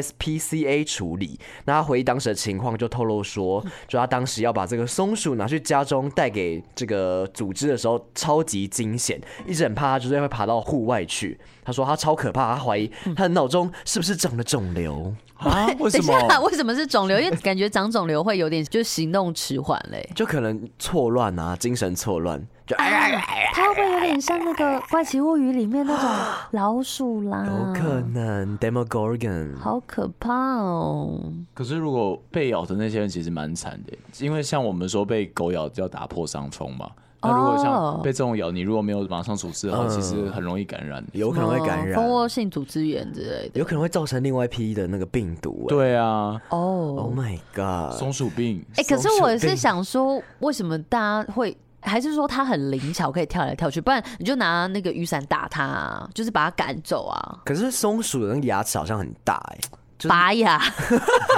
[SPEAKER 2] RSPCA 处理。那他回忆当时的情况，就透露说，就他当时要把这个松鼠拿去家中带给这个组织的时候，超级惊险，一直很怕它就是会爬到户外去。他说他超可怕，他怀疑他的脑中是不是长了肿瘤。
[SPEAKER 3] 啊？
[SPEAKER 1] 等
[SPEAKER 3] 为什
[SPEAKER 1] 一下，
[SPEAKER 3] 么？
[SPEAKER 1] 为什么是肿瘤？因为感觉长肿瘤会有点就是行动迟缓嘞。
[SPEAKER 2] 就可能错乱啊，精神错乱，就哎呀呀呀哎啊
[SPEAKER 1] 它会不会有点像那个《怪奇物语》里面那种老鼠啦？
[SPEAKER 2] 有可能 Demogorgon
[SPEAKER 1] 好可怕哦！
[SPEAKER 3] 可是如果被咬的那些人其实蛮惨的，因为像我们说被狗咬要打破伤风嘛。那如果像
[SPEAKER 1] 哦
[SPEAKER 3] 被这种咬，你如果没有马上处置的话，其
[SPEAKER 2] 嗯
[SPEAKER 3] 实很容易感染。
[SPEAKER 2] 有可能会感
[SPEAKER 1] 哦
[SPEAKER 2] 染
[SPEAKER 1] 蜂，窝性组织炎之类的。
[SPEAKER 2] 有可能会造成另外一批的那个病毒、欸。
[SPEAKER 3] 对啊，
[SPEAKER 2] ，Oh
[SPEAKER 1] 哦，
[SPEAKER 2] my god！
[SPEAKER 3] 松鼠病。
[SPEAKER 1] 哎，可是
[SPEAKER 2] 松鼠
[SPEAKER 1] 我是
[SPEAKER 2] 病
[SPEAKER 1] 想说，为什么大家会？还是说它很灵巧，可以跳来跳去，不然你就拿那个雨伞打它、啊，就是把它赶走啊，
[SPEAKER 2] 可是松鼠的那个牙齿好像很大 哎、就是
[SPEAKER 1] 拔牙，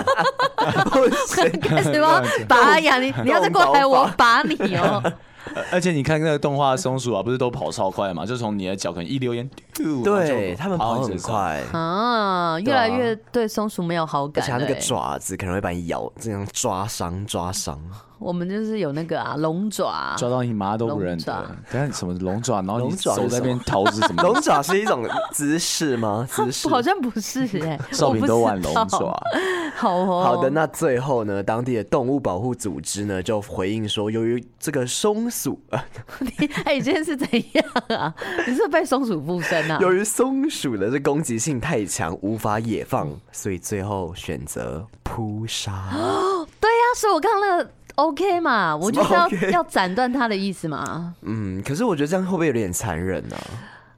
[SPEAKER 2] 不行
[SPEAKER 1] 干什么？拔牙，你你要再过来，
[SPEAKER 2] 动刀
[SPEAKER 1] 我
[SPEAKER 2] 法
[SPEAKER 1] 拔你 哦！
[SPEAKER 3] 呃而且你看那个动画松鼠啊，不是都跑超快嘛？就从你的脚可能一溜烟，丢
[SPEAKER 2] 对他们跑
[SPEAKER 3] 到你
[SPEAKER 2] 很
[SPEAKER 3] 身上。
[SPEAKER 2] 快，
[SPEAKER 1] 啊，越
[SPEAKER 2] 啊
[SPEAKER 1] 来越对松鼠没有好
[SPEAKER 2] 而
[SPEAKER 1] 感、
[SPEAKER 2] 且
[SPEAKER 1] 欸。
[SPEAKER 2] 它那个爪子可能会把你咬，这样抓伤抓伤。
[SPEAKER 1] 我们就是有那个啊龙爪啊，
[SPEAKER 3] 抓到你妈都不认
[SPEAKER 1] 龙
[SPEAKER 3] 得。 等下什么龙爪，然后你
[SPEAKER 2] 龙爪是
[SPEAKER 3] 手在那边掏是什么？
[SPEAKER 2] 龙爪是一种姿 势吗？姿势
[SPEAKER 1] 不好像不是哎、欸，
[SPEAKER 3] 少
[SPEAKER 1] 我
[SPEAKER 3] 平
[SPEAKER 1] 不
[SPEAKER 3] 都
[SPEAKER 1] 知
[SPEAKER 3] 玩龙
[SPEAKER 1] 道
[SPEAKER 3] 爪，
[SPEAKER 1] 好哦。
[SPEAKER 2] 好的，那最后呢，当地的动物保护组织呢就回应说，由于这个松鼠， 呃
[SPEAKER 1] 你 哎、你今天是怎样啊？ 你是被松鼠附身啊？
[SPEAKER 2] 由于松鼠的这攻击性太强，无法野放，
[SPEAKER 1] 嗯
[SPEAKER 2] 所以最后选择扑杀。
[SPEAKER 1] 对呀、所以我刚刚那个 OK 嘛，我就是要
[SPEAKER 2] OK？
[SPEAKER 1] 要斩断他的意思嘛。
[SPEAKER 2] 嗯，可是我觉得这样会不会有点残忍呢、啊？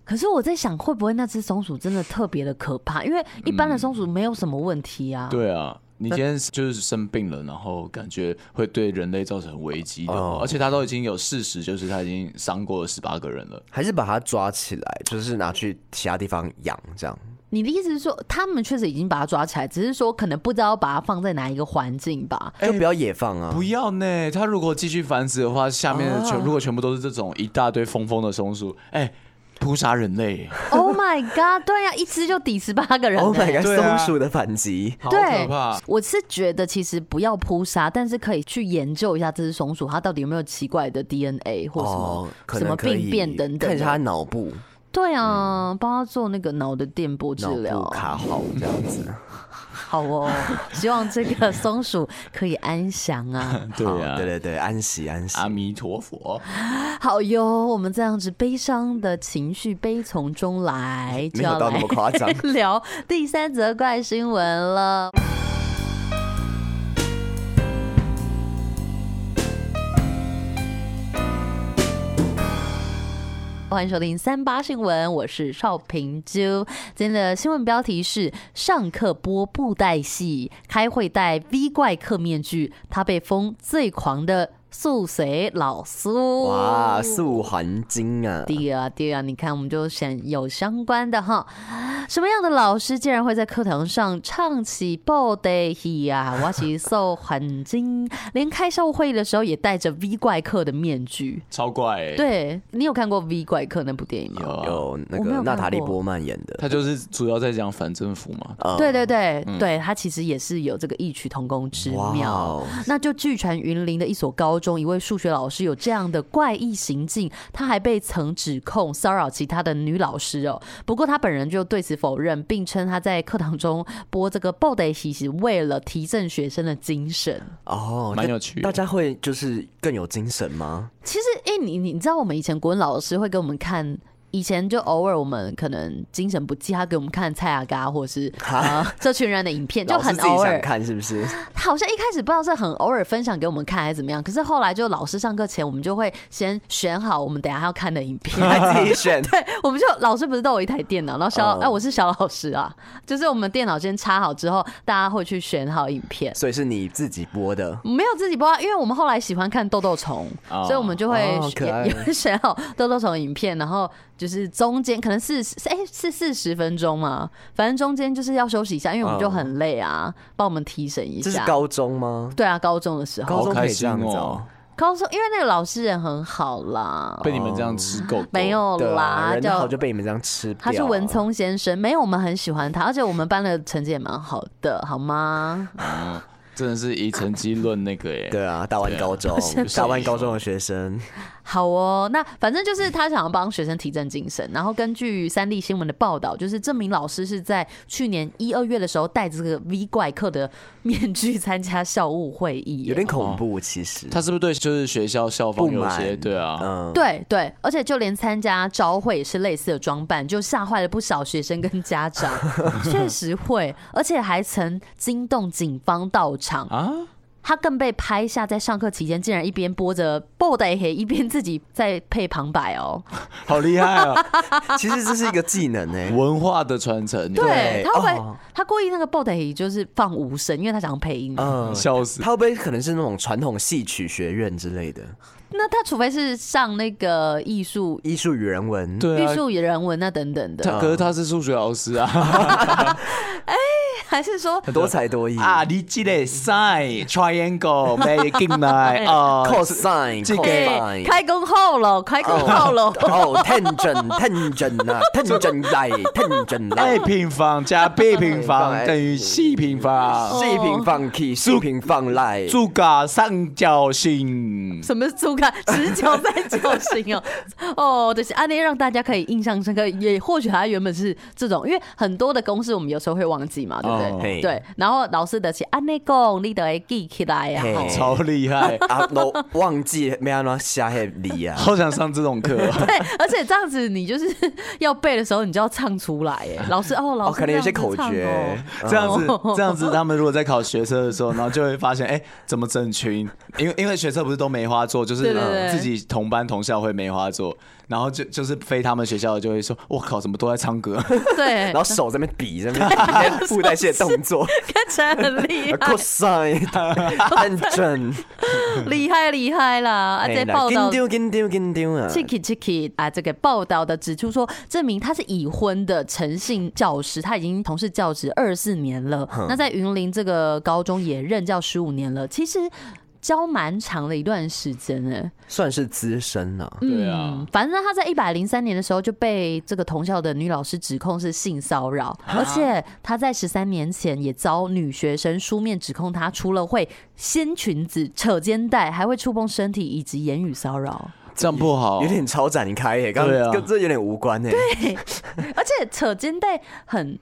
[SPEAKER 1] 可是我在想，会不会那只松鼠真的特别的可怕？因为一般的松鼠没有什么问题啊。
[SPEAKER 3] 对啊，你今天就是生病了，然后感觉会对人类造成危机的话，
[SPEAKER 2] 哦
[SPEAKER 3] 而且他都已经有事实，就是他已经伤过了十八个人了。
[SPEAKER 2] 还是把它抓起来，就是拿去其他地方养这样？
[SPEAKER 1] 你的意思是说，他们确实已经把它抓起来，只是说可能不知道把它放在哪一个环境吧？
[SPEAKER 2] 就不要野放啊！
[SPEAKER 3] 不要呢，它如果继续繁殖的话，下面的全、如果全部都是这种一大堆疯疯的松鼠，哎、扑杀人类，
[SPEAKER 1] Oh my god！对呀、一只就抵十八个人、欸。
[SPEAKER 2] Oh my god！
[SPEAKER 3] 对啊
[SPEAKER 2] 松鼠的反击，
[SPEAKER 3] 好
[SPEAKER 1] 对
[SPEAKER 3] 可怕！
[SPEAKER 1] 我是觉得其实不要扑杀，但是可以去研究一下这只松鼠它到底有没有奇怪的 DNA 或什么、
[SPEAKER 2] 哦，可
[SPEAKER 1] 什
[SPEAKER 2] 能
[SPEAKER 1] 么
[SPEAKER 2] 可
[SPEAKER 1] 病
[SPEAKER 2] 以
[SPEAKER 1] 变等等
[SPEAKER 2] 看一下它
[SPEAKER 1] 的。
[SPEAKER 2] 脑部
[SPEAKER 1] 对啊，帮它做那个脑的电波治
[SPEAKER 2] 脑
[SPEAKER 1] 疗
[SPEAKER 2] 部。卡好这样子。
[SPEAKER 1] 好 哦，希望这个松鼠可以安详 啊。
[SPEAKER 3] 对
[SPEAKER 2] 好
[SPEAKER 3] 啊，
[SPEAKER 2] 对对对，安息安息。
[SPEAKER 3] 阿弥陀佛，
[SPEAKER 1] 好哟，我们这样子悲伤的情绪悲从中来，就
[SPEAKER 2] 没有
[SPEAKER 1] 要
[SPEAKER 2] 到
[SPEAKER 1] 来
[SPEAKER 2] 那么夸张
[SPEAKER 1] 聊第三则怪新闻了。欢迎收听三八新闻，我是邵平啾。今天的新闻标题是：上课播布袋戏，开会戴 V 怪客面具，他被封最狂的素随老苏。
[SPEAKER 2] 哇，素还金啊！
[SPEAKER 1] 对啊，对啊，你看，我们就选有相关的哈。什么样的老师竟然会在课堂上唱起《布袋戏》啊？我是受环境，连开校会的时候也戴着 V 怪客的面具。
[SPEAKER 3] 超怪、欸。，
[SPEAKER 1] 对你有看过《V 怪客》那部电影吗？
[SPEAKER 3] 有啊，
[SPEAKER 2] 有那
[SPEAKER 1] 哦我没有看
[SPEAKER 2] 个娜塔莉
[SPEAKER 1] 过
[SPEAKER 2] 波曼演的，
[SPEAKER 3] 他就是主要在讲反政府嘛。
[SPEAKER 2] 呃
[SPEAKER 1] 对对对、对，它其实也是有这个异曲同工之
[SPEAKER 2] 哇
[SPEAKER 1] 妙
[SPEAKER 2] 哦。
[SPEAKER 1] 那就据传云林的一所高中，一位数学老师有这样的怪异行径，他还被曾指控骚扰其他的女老师哦。不过他本人就对此否认，并称他在课堂中播这个《布袋戏》是为了提振学生的精神。
[SPEAKER 2] 哦，
[SPEAKER 3] 蛮
[SPEAKER 2] 那
[SPEAKER 3] 有趣的
[SPEAKER 2] 大家会就是更有精神吗？
[SPEAKER 1] 其实，哎、你你知道，我们以前国文老师会给我们看。以前就偶尔我们可能精神不济，他给我们看蔡雅嘎或是呃这群人的影片，就
[SPEAKER 2] 老师
[SPEAKER 1] 很
[SPEAKER 2] 自己
[SPEAKER 1] 偶尔
[SPEAKER 2] 想。看是不 是？
[SPEAKER 1] 好像一开始不知道是很偶尔分享给我们看还是怎么样，可是后来就老师上课前，我们就会先选好我们等一下要看的影 片。
[SPEAKER 2] 还自己选，
[SPEAKER 1] 对，我们就老师不是都有一台电脑，然后小哎、
[SPEAKER 2] 哦
[SPEAKER 1] 我是小老师啊，就是我们电脑先插好之后，大家会去选好影片。
[SPEAKER 2] 所以是你自己播的。
[SPEAKER 1] 没有自己播啊，因为我们后来喜欢看豆豆虫，
[SPEAKER 3] 哦
[SPEAKER 1] 所以我们就会
[SPEAKER 2] 哦可爱
[SPEAKER 1] 也也会 选好豆豆虫影片，然后就是中间可能是是哎是四十分钟嘛，反正中间就是要休息一下，因为我们就很累啊，帮我们提神一
[SPEAKER 2] 哦这是
[SPEAKER 1] 下。
[SPEAKER 2] 高中吗？
[SPEAKER 1] 对啊，高中的时候，
[SPEAKER 2] 高中可
[SPEAKER 3] 开
[SPEAKER 2] 以这
[SPEAKER 3] 心
[SPEAKER 2] 样子哦
[SPEAKER 3] 哦。
[SPEAKER 1] 高中因为那个老师人很好啦，
[SPEAKER 3] 被你们这样吃够、
[SPEAKER 1] 没，有
[SPEAKER 2] 对啊，
[SPEAKER 1] 啦，
[SPEAKER 2] 人好就被你们这样吃掉啊。
[SPEAKER 1] 他是文聪先生，没有我们很喜欢他，而且我们班的成绩也蛮好的，好吗？
[SPEAKER 3] 嗯，真的是以成绩论那个耶、
[SPEAKER 2] 对啊，大湾 高中，大湾高中的学生，
[SPEAKER 1] 好哦，那反正就是他想要帮学生提振精神，然后根据三立新闻的报道，就是这名老师是在去年一二月的时候戴着这个 V 怪客的面具参加校务会议耶，
[SPEAKER 2] 有点恐怖，其实。
[SPEAKER 3] 哦他是不是对就是学校校
[SPEAKER 2] 不
[SPEAKER 3] 方有一些
[SPEAKER 2] 满，
[SPEAKER 3] 对啊？
[SPEAKER 2] 嗯，
[SPEAKER 1] 对对，而且就连参加招会也是类似的装扮，就吓坏了不少学生跟家长，确实会，而且还曾惊动警方到场。
[SPEAKER 3] 啊，
[SPEAKER 1] 他更被拍下在上课期间，竟然一边播着《布袋黑》，一边自己在配旁白哦。
[SPEAKER 3] 好厉害啊！
[SPEAKER 2] 其实这是一个技能欸诶。
[SPEAKER 3] 文化的传承，啊
[SPEAKER 1] 对他会、
[SPEAKER 2] 哦
[SPEAKER 1] 他故意那个《布袋黑》就是放无声，因为他想要配音。
[SPEAKER 2] 嗯，
[SPEAKER 3] 笑死。
[SPEAKER 2] 他会不会可能是那种传统戏曲学院之类的
[SPEAKER 1] 那他除非是上那个艺术、
[SPEAKER 2] 艺术与人文？
[SPEAKER 3] 对
[SPEAKER 1] 艺
[SPEAKER 3] 啊，
[SPEAKER 1] 术与人文那等等的，
[SPEAKER 3] 他可是他是数学老师啊，
[SPEAKER 1] 还是说
[SPEAKER 2] 多才多艺
[SPEAKER 3] 啊，你这个 sign triangle 没进来哦，
[SPEAKER 2] ，cosine
[SPEAKER 3] 这个
[SPEAKER 1] 哎
[SPEAKER 2] cosine。
[SPEAKER 1] 开工后了，开工后了，
[SPEAKER 2] 哦，探针探针啊，探针来，探针来
[SPEAKER 3] a，平哎方加 b 平
[SPEAKER 1] 哦
[SPEAKER 3] 方等于 c 平方，
[SPEAKER 2] 四平方
[SPEAKER 3] 哦
[SPEAKER 2] 去，四平方来，
[SPEAKER 3] 主角三角形。
[SPEAKER 1] 什么猪肝持久在叫醒哦，哦，就是安内让大家可以印象深刻，也或许他原本是这种，因为很多的公式我们有时候会忘记嘛，对不对？
[SPEAKER 3] 哦
[SPEAKER 2] 嘿
[SPEAKER 1] 对，然后老师的是安内讲，你都会记起来啊呀、
[SPEAKER 2] 嘿，
[SPEAKER 3] 超厉害
[SPEAKER 2] 啊，都忘记没安怎写迄字啊。
[SPEAKER 3] 好想上这种课哦。
[SPEAKER 1] 对，而且这样子你就是要背的时候，你就要唱出来。 哎，老师哦，老
[SPEAKER 2] 哦，
[SPEAKER 1] 师、
[SPEAKER 2] 可能有些口诀。
[SPEAKER 3] 这样子，
[SPEAKER 1] 哦
[SPEAKER 3] 这样子，他们如果在考学车的时候，然后就会发现，哎、怎么整群？因为因为学车不是都梅花座，就是呃
[SPEAKER 1] 对对对
[SPEAKER 3] 自己同班同校会梅花座，然后就就是非他们学校的就会说，我靠，怎么都在唱歌？
[SPEAKER 1] 对
[SPEAKER 2] 然，后手在那边比，在那边比附带些动 作啊
[SPEAKER 1] 看起来很 厉害，
[SPEAKER 2] ，cosine 探针，
[SPEAKER 1] 厉害厉害啦！ 啊，这报道
[SPEAKER 2] 紧张紧张紧张哎啊！
[SPEAKER 1] Chiki Chiki 啊，这个报道的指出说，证明他是已婚的诚信教师，他已经从事教职二十四年了。那在云林这个高中也任教十五年了，其实教蛮长的一段时间哎、
[SPEAKER 2] 算是资深了、
[SPEAKER 1] 嗯
[SPEAKER 3] 对啊，
[SPEAKER 1] 反正他在一百零三年的时候就被这个同校的女老师指控是性骚扰，而且他在十三年前也遭女学生书面指控，他除了会掀裙子、扯肩带，还会触碰身体以及言语骚扰。
[SPEAKER 3] 这样不好
[SPEAKER 2] 有。点超展开耶、刚
[SPEAKER 3] 对啊
[SPEAKER 2] 刚跟这有点无关耶、
[SPEAKER 1] 而且扯肩带很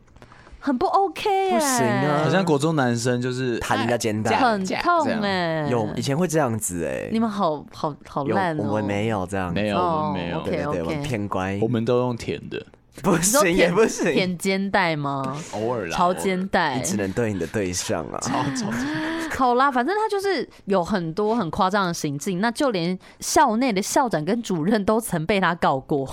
[SPEAKER 1] 很不 OK 哎、
[SPEAKER 2] 不行啊
[SPEAKER 3] 好像国中男生就是
[SPEAKER 2] 弹人家肩带，
[SPEAKER 1] 很痛哎、
[SPEAKER 2] 有以前会这样子哎、
[SPEAKER 1] 你们好好好
[SPEAKER 2] 有
[SPEAKER 1] 烂哦、
[SPEAKER 2] 我们没有这样，
[SPEAKER 3] 没有，我们没有
[SPEAKER 1] 哦，
[SPEAKER 2] 对对对，
[SPEAKER 1] OK，OK
[SPEAKER 2] 我们偏乖
[SPEAKER 3] 我，们都用舔的，
[SPEAKER 2] 不
[SPEAKER 1] 你说
[SPEAKER 2] 行
[SPEAKER 1] 舔
[SPEAKER 2] 也不行，
[SPEAKER 1] 舔肩带吗？
[SPEAKER 3] 偶尔啦，
[SPEAKER 1] 朝肩带
[SPEAKER 2] 你，只能对你的对象啊。
[SPEAKER 1] 好啦，反正他就是有很多很夸张的行径，那就连校内的校长跟主任都曾被他告 过。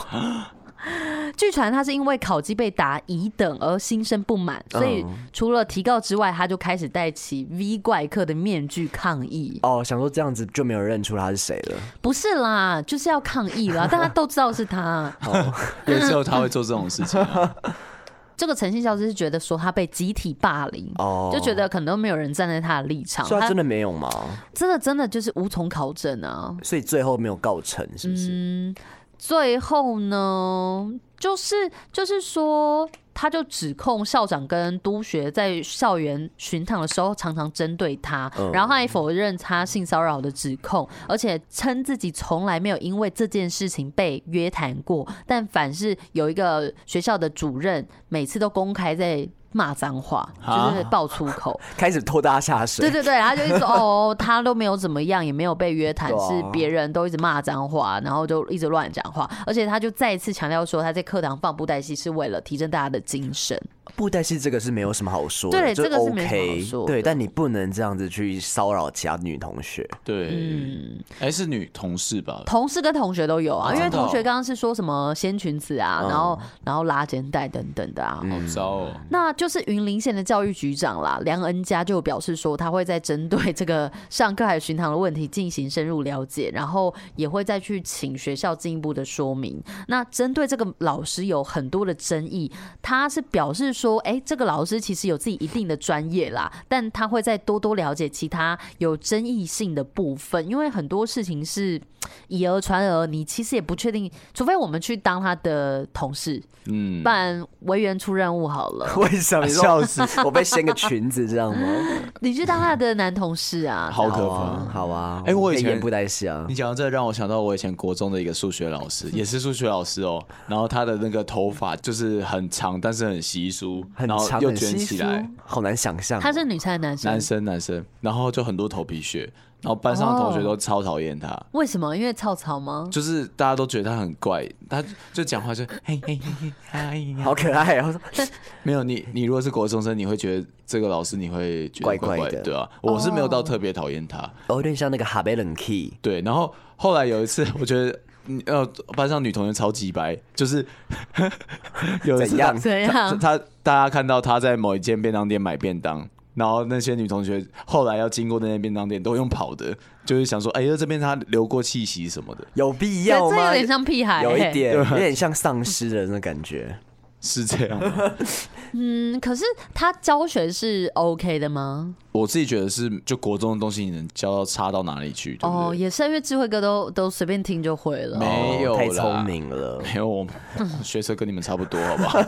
[SPEAKER 1] 据传他是因为考绩被打乙等而心生不满，所以
[SPEAKER 2] 嗯
[SPEAKER 1] 除了提告之外，他就开始戴起 V 怪客的面具抗议。
[SPEAKER 2] 哦，想说这样子就没有认出他是谁了。
[SPEAKER 1] 不是啦，就是要抗议 啦，大家都知道是他。
[SPEAKER 3] 有时候他会做这种事情啊，
[SPEAKER 1] 这个诚信教师是觉得说他被集体霸凌，
[SPEAKER 2] 哦
[SPEAKER 1] 就觉得可能都没有人站在他的立场，
[SPEAKER 2] 所以他
[SPEAKER 1] 他
[SPEAKER 2] 真的没有吗？
[SPEAKER 1] 真的真的就是无从考证啊。
[SPEAKER 2] 所以最后没有告成，是不
[SPEAKER 1] 嗯
[SPEAKER 2] 是？
[SPEAKER 1] 最后呢，就是就是说，他就指控校长跟督学在校园巡堂的时候常常针对他，然后他也否认他性骚扰的指控，而且称自己从来没有因为这件事情被约谈过，但反是有一个学校的主任每次都公开在。骂脏话就是爆粗口，
[SPEAKER 2] 开始拖大家下水。
[SPEAKER 1] 对对对，然后就一直说哦，他都没有怎么样，也没有被约谈，
[SPEAKER 2] 对啊
[SPEAKER 1] 是别人都一直骂脏话，然后就一直乱讲话，而且他就再一次强调说，他在课堂放布袋戏是为了提振大家的精神。
[SPEAKER 2] 布袋戏这个是没有什么好说的，
[SPEAKER 1] 对
[SPEAKER 2] 就
[SPEAKER 1] 这个是没什么好
[SPEAKER 2] OK，
[SPEAKER 1] 说的
[SPEAKER 2] 对，但你不能这样子去骚扰其他女同学。
[SPEAKER 3] 对，
[SPEAKER 1] 嗯
[SPEAKER 3] 哎，是女同事吧？
[SPEAKER 1] 同事跟同学都有啊，因为
[SPEAKER 3] 真的哦
[SPEAKER 1] 同学刚刚是说什么掀裙子啊，然后然后拉肩带等等的啊。
[SPEAKER 3] 好糟哦，
[SPEAKER 1] 那就是云林县的教育局长啦，梁恩佳就表示说，他会在针对这个上课还有巡堂的问题进行深入了解，然后也会再去请学校进一步的说明。那针对这个老师有很多的争议，他是表示说，哎、这个老师其实有自己一定的专业啦，但他会再多多了解其他有争议性的部分，因为很多事情是以讹传讹，你其实也不确定，除非我们去当他的同事，
[SPEAKER 3] 嗯
[SPEAKER 1] 不，然委员出任务好了。
[SPEAKER 2] 为 什么？
[SPEAKER 3] 笑死，
[SPEAKER 2] 我被掀个裙子这 样吗？
[SPEAKER 1] 你去当他的男同事啊？
[SPEAKER 3] 好可
[SPEAKER 2] 好
[SPEAKER 3] 怕
[SPEAKER 2] 啊，。好啊。
[SPEAKER 3] 哎我以
[SPEAKER 2] 可
[SPEAKER 3] 前
[SPEAKER 2] 演布袋戏啊
[SPEAKER 3] 你，讲到这，让我想到我以前国中的一个数学老师，也是数学老师哦。然后他的那个头发就是很长，但是很稀疏，
[SPEAKER 2] 很
[SPEAKER 3] 然后
[SPEAKER 2] 长，
[SPEAKER 3] 又
[SPEAKER 2] 很
[SPEAKER 3] 卷
[SPEAKER 2] 稀
[SPEAKER 3] 起
[SPEAKER 2] 疏
[SPEAKER 3] 来。，
[SPEAKER 2] 好难想象。
[SPEAKER 1] 他是女生还是男生？
[SPEAKER 3] 男生，男生，然后就很多头皮屑，然后班上的同
[SPEAKER 2] 哦
[SPEAKER 3] 学都超讨厌他，
[SPEAKER 1] 为什么？因为草草吗？
[SPEAKER 3] 就是大家都觉得他很怪，他就讲话 就嘿嘿嘿嘿哎呀，
[SPEAKER 2] 好可爱 哦，
[SPEAKER 3] 没有你，你如果是国中生，你会觉得这个老师你会觉得
[SPEAKER 2] 怪
[SPEAKER 3] 怪
[SPEAKER 2] 怪
[SPEAKER 3] 的，
[SPEAKER 2] 的
[SPEAKER 3] 对啊，我是没有到特别讨厌他，
[SPEAKER 2] 哦有点像那个哈贝冷 key。
[SPEAKER 3] 对，然后后来有一次，我觉得。嗯呃，班上女同学超级白，就是 有一次
[SPEAKER 2] 怎 样
[SPEAKER 1] 怎
[SPEAKER 3] 他
[SPEAKER 1] 样？
[SPEAKER 3] 他大家看到他在某一间便当店买便当，然后那些女同学后来要经过那间便当店都用跑的，就是想说，哎、呀，这边他留过气息什么的。
[SPEAKER 2] 有必
[SPEAKER 1] 这
[SPEAKER 2] 要
[SPEAKER 1] 这
[SPEAKER 2] 吗？
[SPEAKER 1] 有点像屁孩、
[SPEAKER 2] 有一
[SPEAKER 1] 欸
[SPEAKER 2] 点，有点像丧尸的那种感觉。
[SPEAKER 3] 是这样 吗，
[SPEAKER 1] 嗯，可是他教学是 OK 的吗？
[SPEAKER 3] 我自己觉得是，就国中的东西你能教到差到哪里去？对不对
[SPEAKER 1] 哦，也是，因为智慧哥都都随便听就会了。
[SPEAKER 3] 没有啦
[SPEAKER 2] 哦太聪明了。
[SPEAKER 3] 没有，我学车跟你们差不多，好不好？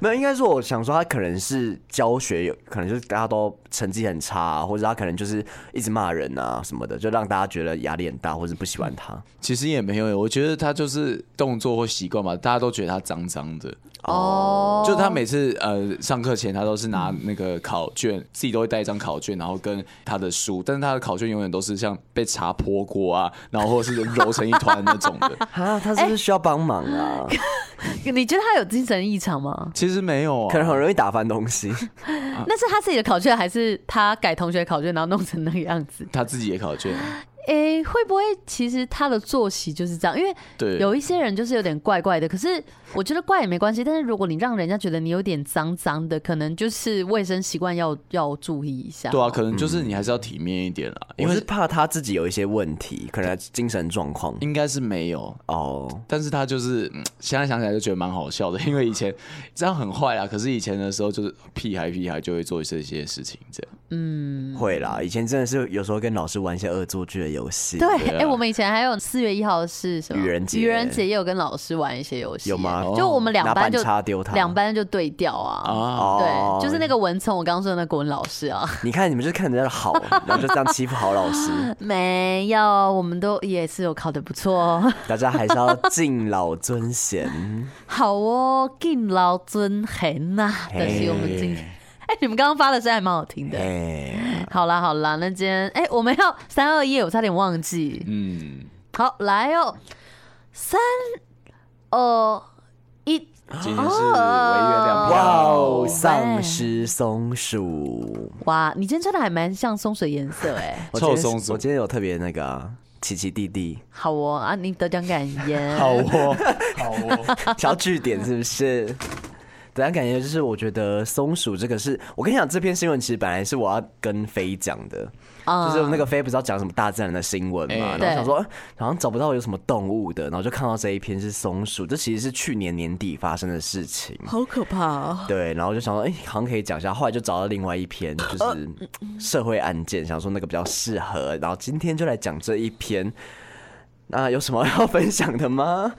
[SPEAKER 2] 没有，应该说我想说，他可能是教学有，可能就是大家都成绩很差、啊，或者他可能就是一直骂人啊什么的，就让大家觉得压力很大，或者不喜欢他。。
[SPEAKER 3] 其实也没有，我觉得他就是动作或习惯吧，大家都觉得他脏脏的。
[SPEAKER 1] 哦，
[SPEAKER 3] 就他每次呃上课前，他都是拿那个考卷，自己都会带一张考卷，然后跟他的书，但是他的考卷永远都是像被茶泼过啊，然后或是揉成一团那种的
[SPEAKER 2] 啊，他是不是需要帮忙啊？
[SPEAKER 1] 你觉得他有精神异常吗？
[SPEAKER 3] 其实没有 啊，
[SPEAKER 2] 可能很容易打翻东西。
[SPEAKER 1] 那是他自己的考卷，还是他改同学考卷，然后弄成那个样子？
[SPEAKER 3] 他自己也考卷，
[SPEAKER 1] 诶、会不会其实他的作息就是这样？因为
[SPEAKER 3] 对
[SPEAKER 1] 有一些人就是有点怪怪的，可是我觉得怪也没关系。但是如果你让人家觉得你有点脏脏的，可能就是卫生习惯要要注意一下。
[SPEAKER 3] 对啊，可能就是你还是要体面一点啦，因
[SPEAKER 2] 我是
[SPEAKER 3] 为
[SPEAKER 2] 怕他自己有一些问题，可能精神状况。
[SPEAKER 3] 应该是没有。
[SPEAKER 2] 哦，
[SPEAKER 3] 但是他就是、嗯现在想起来就觉得蛮好笑的，因为以前这样很坏啦。可是以前的时候就是屁孩屁孩就会做这些事情，这样
[SPEAKER 2] 会啦，以前真的是有时候跟老师玩一些恶作剧的游戏。
[SPEAKER 1] 对，哎、我们以前还有四月一号是什么？
[SPEAKER 2] 啊愚人节
[SPEAKER 1] 愚人节也有跟老师玩一些游戏，
[SPEAKER 2] 有吗
[SPEAKER 1] 就我们两
[SPEAKER 2] 拿
[SPEAKER 1] 班
[SPEAKER 2] 板
[SPEAKER 1] 就
[SPEAKER 2] 擦丢他。
[SPEAKER 1] 两班就对调啊。
[SPEAKER 3] 啊。
[SPEAKER 2] 哦
[SPEAKER 1] 对，就是那个文聪，我刚刚说的那国文老师啊，
[SPEAKER 2] 你看你们就是看人家的好，然后就这样欺负好老 师。
[SPEAKER 1] 没有，我们都也是有考的不错、哦，
[SPEAKER 2] 大家还是要敬老尊贤。
[SPEAKER 1] 好哦，敬老尊贤呐、但是我们今天，哎、你们刚刚发的声还蛮好听的。
[SPEAKER 2] 哎，
[SPEAKER 1] 好啦好啦，那今天哎、我们要三二一，我差点忘记。
[SPEAKER 3] 嗯，
[SPEAKER 1] 好，来哦，三二一，
[SPEAKER 3] 今天是违约两
[SPEAKER 2] 哦哇
[SPEAKER 3] 票
[SPEAKER 2] 哦，，丧尸松鼠，
[SPEAKER 1] 哇，你今天穿的还蛮像松水颜色哎、
[SPEAKER 2] 我今天
[SPEAKER 3] 臭松鼠
[SPEAKER 2] 我今天有特别那个啊奇奇弟弟
[SPEAKER 1] 好哦啊，你得奖感言。
[SPEAKER 3] 好 哦，好哦，
[SPEAKER 2] 小据点是不是？怎样感觉就是，我觉得松鼠这个是我跟你讲，这篇新闻其实本来是我要跟飞讲的，
[SPEAKER 1] 啊
[SPEAKER 2] 就是那个飞不是要讲什么大自然的新闻嘛，
[SPEAKER 3] 哎
[SPEAKER 2] 然后想说呃好像找不到有什么动物的，然后就看到这一篇是松鼠，这其实是去年年底发生的事情。
[SPEAKER 1] 好可怕哦！
[SPEAKER 2] 对，然后就想说，哎、好像可以讲一下。后来就找到另外一篇，
[SPEAKER 1] 呃
[SPEAKER 2] 就是社会案件，想说那个比较适合。然后今天就来讲这一篇。那有什么 要分享的吗？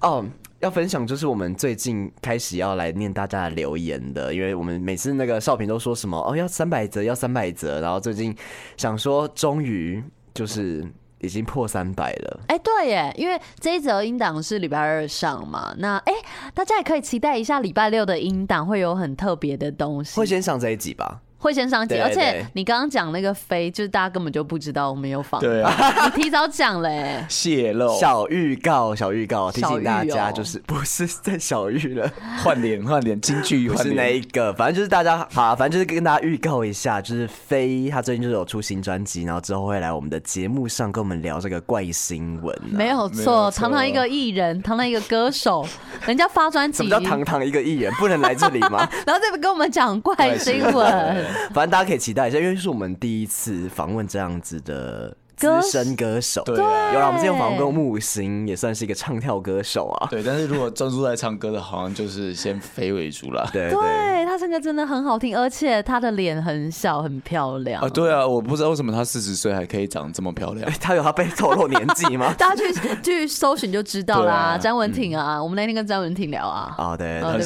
[SPEAKER 2] 哦，要分享就是我们最近开始要来念大家的留言的，因为我们每次那个少平都说什么哦要三百折，要三百折，然后最近想说终于就是已经破三百了。
[SPEAKER 1] 哎、对耶，因为这一则音档是礼拜二上嘛，那哎、大家也可以期待一下礼拜六的音档会有很特别的东西，
[SPEAKER 2] 会先上这一集吧？
[SPEAKER 1] 会先上集，
[SPEAKER 2] 对
[SPEAKER 1] 而且
[SPEAKER 2] 对
[SPEAKER 1] 你刚刚讲那个飞，就是大家根本就不知道我们有访，
[SPEAKER 3] 对啊，
[SPEAKER 1] 你提早讲了耶。
[SPEAKER 3] 泄露，
[SPEAKER 2] 小预告，小预告，提
[SPEAKER 1] 哦小
[SPEAKER 2] 醒
[SPEAKER 1] 预
[SPEAKER 2] 大家
[SPEAKER 1] 哦
[SPEAKER 2] 就是不是在小玉了。
[SPEAKER 3] 换脸换脸，京剧
[SPEAKER 2] 不
[SPEAKER 3] 换
[SPEAKER 2] 是那
[SPEAKER 3] 脸，
[SPEAKER 2] 一个，反正就是大家好，反正就是跟大家预告一下，就是飞他最近就是有出新专辑，然后之后会来我们的节目上跟我们聊这个怪新闻、啊。
[SPEAKER 1] 没有
[SPEAKER 3] 没有
[SPEAKER 1] 错，
[SPEAKER 3] 错
[SPEAKER 1] 堂堂一个艺人，堂堂一个歌手，人家发专
[SPEAKER 2] 什
[SPEAKER 1] 辑，
[SPEAKER 2] 么叫堂堂一个艺人不能来这里 吗？
[SPEAKER 1] 然后再跟我们讲怪新闻，
[SPEAKER 2] 反正大家可以期待一下，因为是我们第一次访问这样子的
[SPEAKER 1] 歌
[SPEAKER 2] 资深歌手。
[SPEAKER 3] 对啊
[SPEAKER 2] 有啦，我们之前访问过木星，也算是一个唱跳歌手啊。
[SPEAKER 3] 对，但是如果专注在唱歌的，好像就是先飞为主啦。
[SPEAKER 2] 对 对
[SPEAKER 1] 对他唱歌真的很好听，而且他的脸很小，很漂亮？
[SPEAKER 3] 啊，。对啊，我不知道为什么她四十岁还可以长这么漂亮。
[SPEAKER 2] 他有他被透露年纪吗
[SPEAKER 1] 大家去去搜寻就知道
[SPEAKER 3] 对
[SPEAKER 1] 啦。
[SPEAKER 3] 啊
[SPEAKER 1] 詹文婷啊，我们那天跟詹文婷聊啊，
[SPEAKER 2] 啊、对，
[SPEAKER 1] 哦
[SPEAKER 2] 对
[SPEAKER 3] 很
[SPEAKER 1] 对不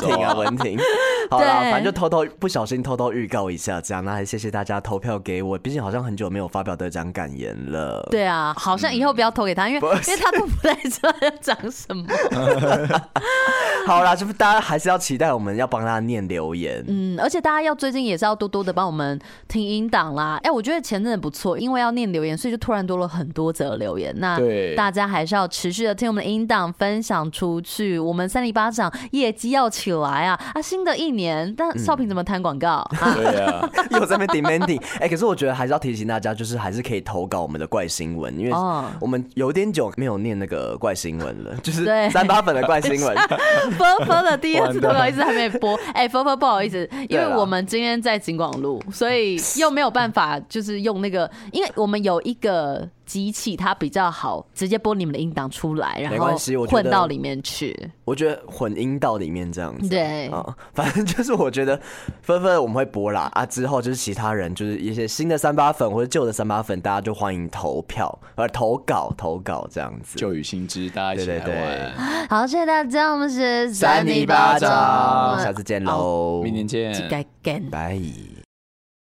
[SPEAKER 3] 熟
[SPEAKER 1] 对
[SPEAKER 3] 啊，
[SPEAKER 2] 文
[SPEAKER 3] 很
[SPEAKER 2] 婷啊，文婷。
[SPEAKER 3] 熟啊，
[SPEAKER 2] 好啦，
[SPEAKER 1] 对
[SPEAKER 2] 反正就偷偷不小心偷偷预告一下，这样那还谢谢大家投票给我，毕竟好像很久没有发表得奖感言了。
[SPEAKER 1] 对啊，好像以后不要投给他，因为因为他都不 太知道要讲什么。
[SPEAKER 2] 好啦，就是大家还是要期待我们要帮大家念留言。
[SPEAKER 1] 嗯，而且大家要最近也是要多多的帮我们听音档啦。哎、我觉得前阵子不错，因为要念留言，所以就突然多了很多则留言。那
[SPEAKER 3] 对
[SPEAKER 1] 大家还是要持续的听我们的音档，分享出去。我们三零八掌业绩要起来啊！啊，新的一年，但少平怎么谈广告、啊？
[SPEAKER 3] 对啊，
[SPEAKER 2] 又在那边 demanding，哎、可是我觉得还是要提醒大家，就是还是可以投稿我们的怪新闻，因为
[SPEAKER 1] 哦
[SPEAKER 2] 我们有点久没有念那个怪新闻了，就是
[SPEAKER 1] 对
[SPEAKER 2] 三八粉的怪新闻。
[SPEAKER 1] 佛佛的第二次投稿一直还没播，哎、佛佛不好意思，因为
[SPEAKER 2] 对啦
[SPEAKER 1] 我们今 天在景广路，所以又没有办法就是用那个，因为我们有一个机器，它比较好直接播你们的音档出来，然
[SPEAKER 2] 没
[SPEAKER 1] 后
[SPEAKER 2] 关系我觉
[SPEAKER 1] 混
[SPEAKER 2] 得
[SPEAKER 1] 到里面去。
[SPEAKER 2] 我觉得混音到里面这样子，
[SPEAKER 1] 对
[SPEAKER 2] 啊、反正就是我觉得纷纷我们会播啦啊，之后就是其他人就是一些新的三八粉或者旧的三八粉，大家就欢迎投票呃投稿投稿这样子。
[SPEAKER 3] 旧与新知，大家一起
[SPEAKER 2] 对
[SPEAKER 3] 来
[SPEAKER 2] 对
[SPEAKER 3] 玩。
[SPEAKER 1] 好，谢谢大家，我们是
[SPEAKER 2] 三
[SPEAKER 1] 尼
[SPEAKER 2] 尼
[SPEAKER 3] 巴
[SPEAKER 2] 巴
[SPEAKER 3] 掌
[SPEAKER 2] 掌，下次见喽，
[SPEAKER 3] 明年见，
[SPEAKER 1] 该 g
[SPEAKER 2] 拜。